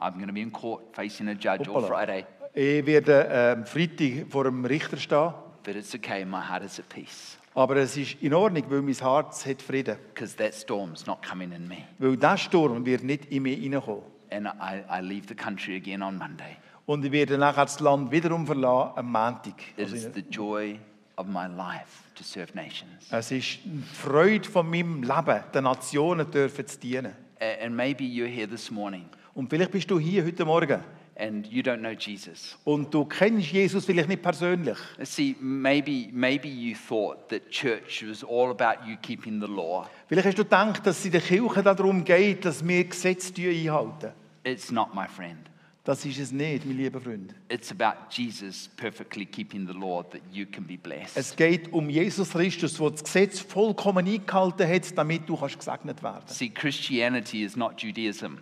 S1: I'm going to be in court facing a judge all
S2: Hoppala.
S1: Friday.
S2: Ich werde äh, am ähm, Freitag vor dem Richter stehen.
S1: But it's okay, my heart is at peace.
S2: Aber es ist in Ordnung, weil mein Herz hat Frieden.
S1: because that storm's not coming in me.
S2: Weil dieser Sturm wird nicht in mich hineinkommen.
S1: And I, I leave the country again on Monday.
S2: Und ich werde nachher das Land wiederum verlassen am Montag.
S1: It
S2: Also,
S1: is the joy of my life to serve nations.
S2: es ist die Freude von meinem Leben, den Nationen dürfen zu dienen.
S1: A- And maybe you're here this morning
S2: Und vielleicht bist du hier heute Morgen
S1: and you don't know Jesus.
S2: und du kennst Jesus vielleicht nicht persönlich.
S1: See, maybe, maybe you thought that church was all about you keeping the law.
S2: Vielleicht hast du gedacht, dass es in der Kirche darum geht, dass wir Gesetze einhalten.
S1: It's not, my friend.
S2: Das ist es nicht, mein lieber Freund.
S1: It's about Jesus perfectly keeping the law that you can be blessed.
S2: Es geht um Jesus Christus, der das Gesetz vollkommen eingehalten hat, damit du kannst gesegnet werden kannst.
S1: See, Christianity is not Judaism,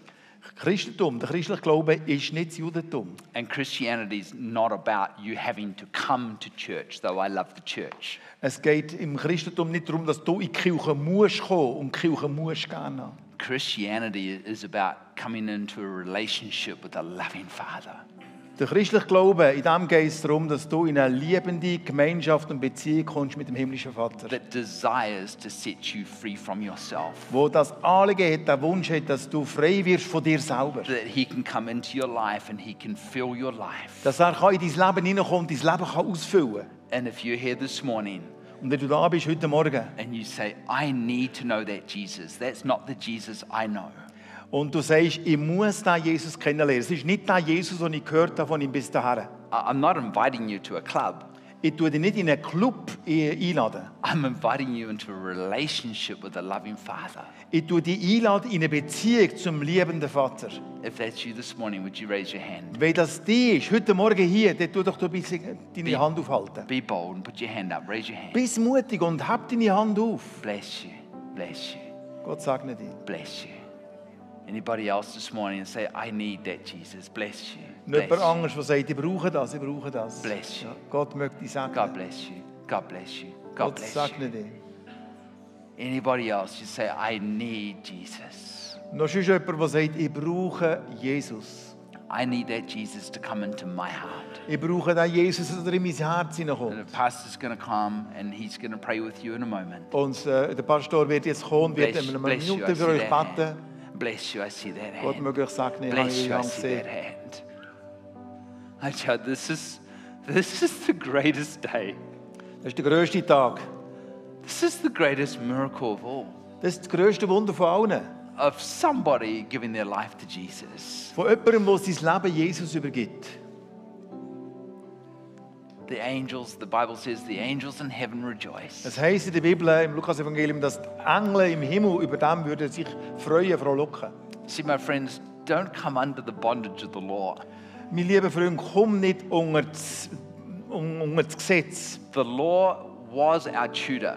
S2: Christentum, der christliche Glaube, ist nicht das Judentum.
S1: and Christianity is not about you having to come to church, though I love the church.
S2: Es geht im Christentum nicht darum, dass du in die Kirche musst kommen und die Kirche musst gerne haben.
S1: Christianity is about coming into a relationship with a loving Father.
S2: Der christliche Glaube, in dem geht es darum, dass du in eine liebende Gemeinschaft und Beziehung kommst mit dem himmlischen Vater.
S1: that desires to set you free from yourself.
S2: Wo das Anliegen hat, der Wunsch hat, dass du frei wirst von dir selber.
S1: That He can come into your life and He can fill your life.
S2: Dass er kann in dein Leben hineinkommt und dein Leben kann ausfüllen
S1: And if you're here this morning
S2: Und wenn du da bist heute Morgen
S1: and you say, I need to know that Jesus, that's not the Jesus I know.
S2: und du sagst, ich muss da Jesus kennenlernen. Es ist nicht der Jesus, den ich gehört habe von ihm bis
S1: I-
S2: dahin.
S1: I'm not inviting you to a club,
S2: Ich tue dich nicht in einen Club einladen.
S1: I'm inviting you into a relationship with a loving Father.
S2: Ich tue dich einladen in eine Beziehung zum liebenden Vater.
S1: If that's you this morning, would you raise your hand?
S2: Wenn das die ist, heute Morgen hier, dann tu doch du ein bisschen
S1: Wie?
S2: deine Hand aufhalten.
S1: Be bold and put your hand up. Raise your hand.
S2: Bist mutig und hab deine Hand auf.
S1: Bless you. Bless you.
S2: Gott segne dich.
S1: Bless you. Anybody else this morning and say, I need that Jesus. Bless you.
S2: Nicht jemand
S1: Bless you.
S2: anderes, der sagt, ich brauche das, ich brauche das.
S1: Bless you.
S2: Ja, Gott möchte dich
S1: God
S2: segnen.
S1: bless you. God bless you. God
S2: Gott
S1: bless you.
S2: segne dich.
S1: Anybody else, you say, I need Jesus.
S2: Noch ist jemand, der sagt, ich brauche Jesus.
S1: I need that Jesus to come into my heart.
S2: Ich brauche den Jesus, dass er in mein Herz
S1: And
S2: hineinkommt.
S1: the pastor's going to come and he's going to pray with you in a moment.
S2: Und äh, der Pastor wird jetzt kommen, und wird
S1: Bless,
S2: in einer
S1: bless you. I
S2: Minute
S1: see
S2: für euch
S1: that
S2: beten.
S1: hand. Bless you. I see that
S2: Gott
S1: hand.
S2: möge euch segnen. Ich habe
S1: Bless you.
S2: euch
S1: I
S2: lang
S1: see that
S2: gesehen.
S1: hand. I tell you, this is this is the greatest day.
S2: Das ist der grösste Tag.
S1: This is the greatest miracle of all.
S2: Das ist das grösste Wunder von allen.
S1: Of somebody giving their life to Jesus.
S2: Von jemandem, der sein Leben Jesus übergibt.
S1: The angels, the Bible says, the angels in heaven rejoice.
S2: Es heißt in der Bibel, äh, im Lukas-Evangelium, dass die Engel im Himmel über dem würden sich freuen, frohlocken.
S1: See, my friends, don't come under the bondage of the law.
S2: Mein lieber Freund, komm nicht unter das, un- unter das Gesetz.
S1: The law was our tutor,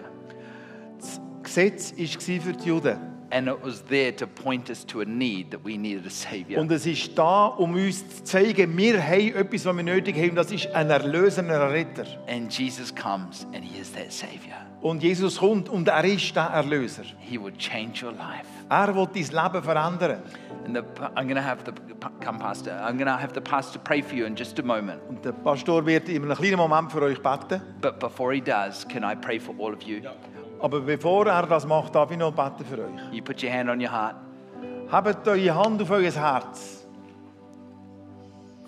S2: Das Gesetz war für die Juden.
S1: and it was there to point us to a need that we needed a savior.
S2: Und es ist da, um uns zu zeigen, wir haben etwas, was wir nötig haben. Das ist ein Erlöser, ein Retter.
S1: And Jesus comes, and He is that savior.
S2: Und Jesus kommt und er ist der Erlöser.
S1: He will change your life.
S2: Er will dein Leben verändern.
S1: And the, I'm going to have the come, pastor. I'm going to have the pastor pray for you in just a moment.
S2: Und der Pastor wird in einem kleinen Moment für euch beten.
S1: But before he does, can I pray for all of you?
S2: Aber bevor er das macht, darf ich noch beten für euch.
S1: You put your hand on your heart.
S2: Habt eure Hand auf euer Herz.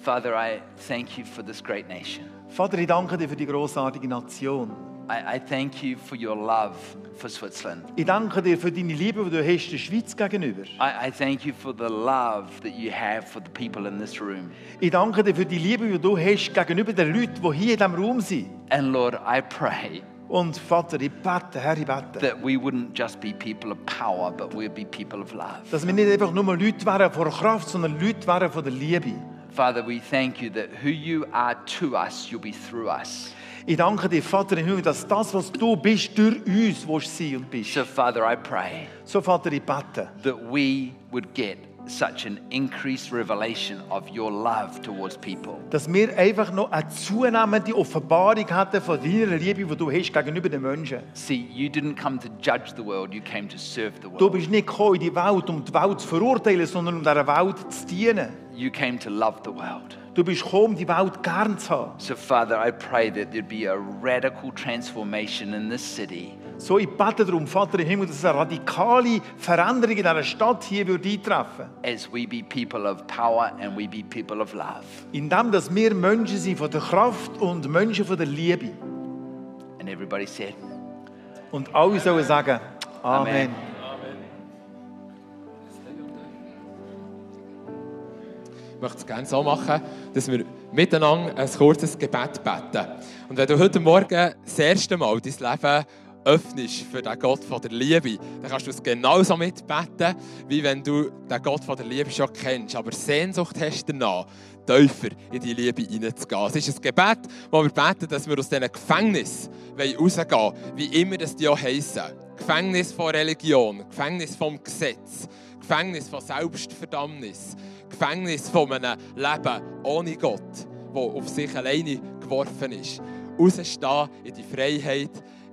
S1: Father, I thank you for this great nation.
S2: Vater, ich danke dir für die großartige Nation.
S1: I, I thank you for your love for Switzerland.
S2: Ich danke dir für deine Liebe, die du hast der Schweiz gegenüber.
S1: I, I thank you for the love that you have for the people in this room.
S2: Ich danke dir für die Liebe, die du hast gegenüber den Leuten, die hier in diesem Raum sind.
S1: And Lord, I pray
S2: Und Vater, ich bete, Herr, ich bete,
S1: that we wouldn't just be people of power, but we'd be people of love.
S2: dass wir nicht einfach nur Leute wären von der Kraft, sondern Leute wären von der Liebe.
S1: Father, we thank you that who you are to us, you'll be through us.
S2: Ich danke dir, Vater, im Himmel, dass das, was du bist, durch uns willst sein und bist.
S1: So, Father, I pray
S2: So, Vater, ich bete,
S1: that we would get such an increased revelation of your love towards people.
S2: dass wir einfach noch eine zunehmende Offenbarung hatten von deiner Liebe, die du hast gegenüber den Menschen.
S1: See, you didn't come to judge the world, you came to serve the
S2: Du
S1: world.
S2: bist nicht gekommen in die Welt, um die Welt zu verurteilen, sondern um dieser Welt zu dienen.
S1: you came to love the world.
S2: Du bist gekommen, um die Welt gern zu haben.
S1: So, Father, I pray that there'd be a radical transformation in this city.
S2: So, ich bete darum, Vater im Himmel, dass eine radikale Veränderung in dieser Stadt hier würde eintreffen
S1: as we be people of power and we be people of love.
S2: Indem, dass wir Menschen sind von der Kraft und Menschen von der Liebe.
S1: And everybody said,
S2: Und alle sollen sagen, Amen.
S1: Amen.
S3: Ich möchte es gerne so machen, dass wir miteinander ein kurzes Gebet beten. Und wenn du heute Morgen das erste Mal dein Leben öffnest für den Gott von der Liebe, dann kannst du es genauso mitbeten, wie wenn du den Gott von der Liebe schon kennst, aber Sehnsucht hast danach, tiefer in die Liebe hineinzugehen. Es ist ein Gebet, wo wir beten, dass wir aus diesen Gefängnis rausgehen wollen, wie immer das die auch heissen. Gefängnis von Religion, Gefängnis vom Gesetz, Gefängnis von Selbstverdammnis, Gefängnis von einem Leben ohne Gott, das auf sich alleine geworfen ist. Rausstehen in die Freiheit,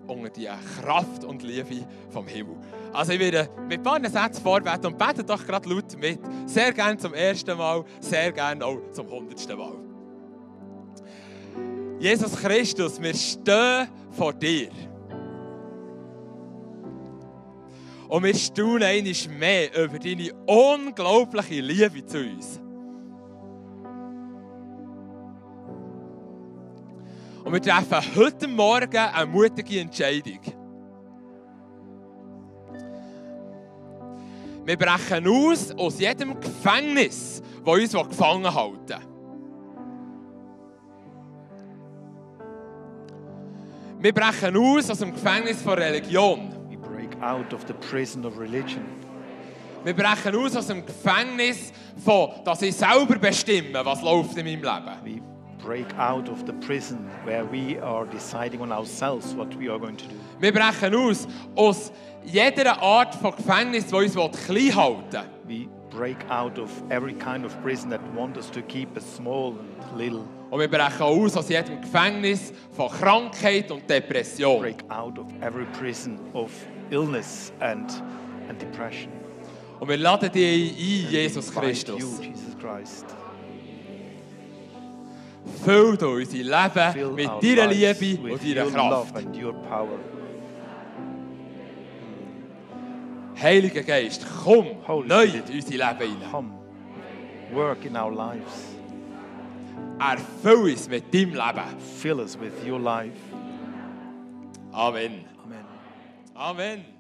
S3: unter die Kraft und Liebe vom Himmel. Also ich werde mit ein paar Sätzen vorwärts und bete doch gerade laut mit. Sehr gerne zum ersten Mal, sehr gerne auch zum hundertsten Mal. Jesus Christus, wir stehen vor dir. Und wir staunen einmal mehr über deine unglaubliche Liebe zu uns. Und wir treffen heute Morgen eine mutige Entscheidung. Wir brechen aus aus jedem Gefängnis, das uns gefangen halten Wir brechen aus aus dem Gefängnis von Religion.
S2: We break out of the prison of religion.
S3: Wir brechen aus aus dem Gefängnis von, dass ich selber bestimme, was läuft in meinem Leben.
S2: We break out of the prison where we are deciding on ourselves what we are going to do.
S3: Wir brechen aus aus jeder Art von Gefängnis, die uns klein halten
S2: We
S3: will.
S2: break out of every kind of prison that wants us to keep us small and little.
S3: Und wir brechen auch aus aus jedem Gefängnis von Krankheit und Depression.
S2: Break out of every prison of illness and, and depression.
S3: Und wir laden dich ein, Jesus
S2: Find
S3: Christus.
S2: You, Jesus Christ.
S3: Füll du unser Leben
S2: Fill
S3: mit
S2: our
S3: deiner
S2: lives
S3: Liebe
S2: with
S3: und deiner
S2: your
S3: Kraft.
S2: love and your power.
S3: Heiliger Geist, komm
S2: Holy
S3: neu in
S2: Spirit.
S3: unser Leben hinein.
S2: Come, work in our lives.
S3: Erfüll uns mit deinem Leben.
S2: Fill us with your life.
S3: Amen.
S2: Amen.
S3: Amen.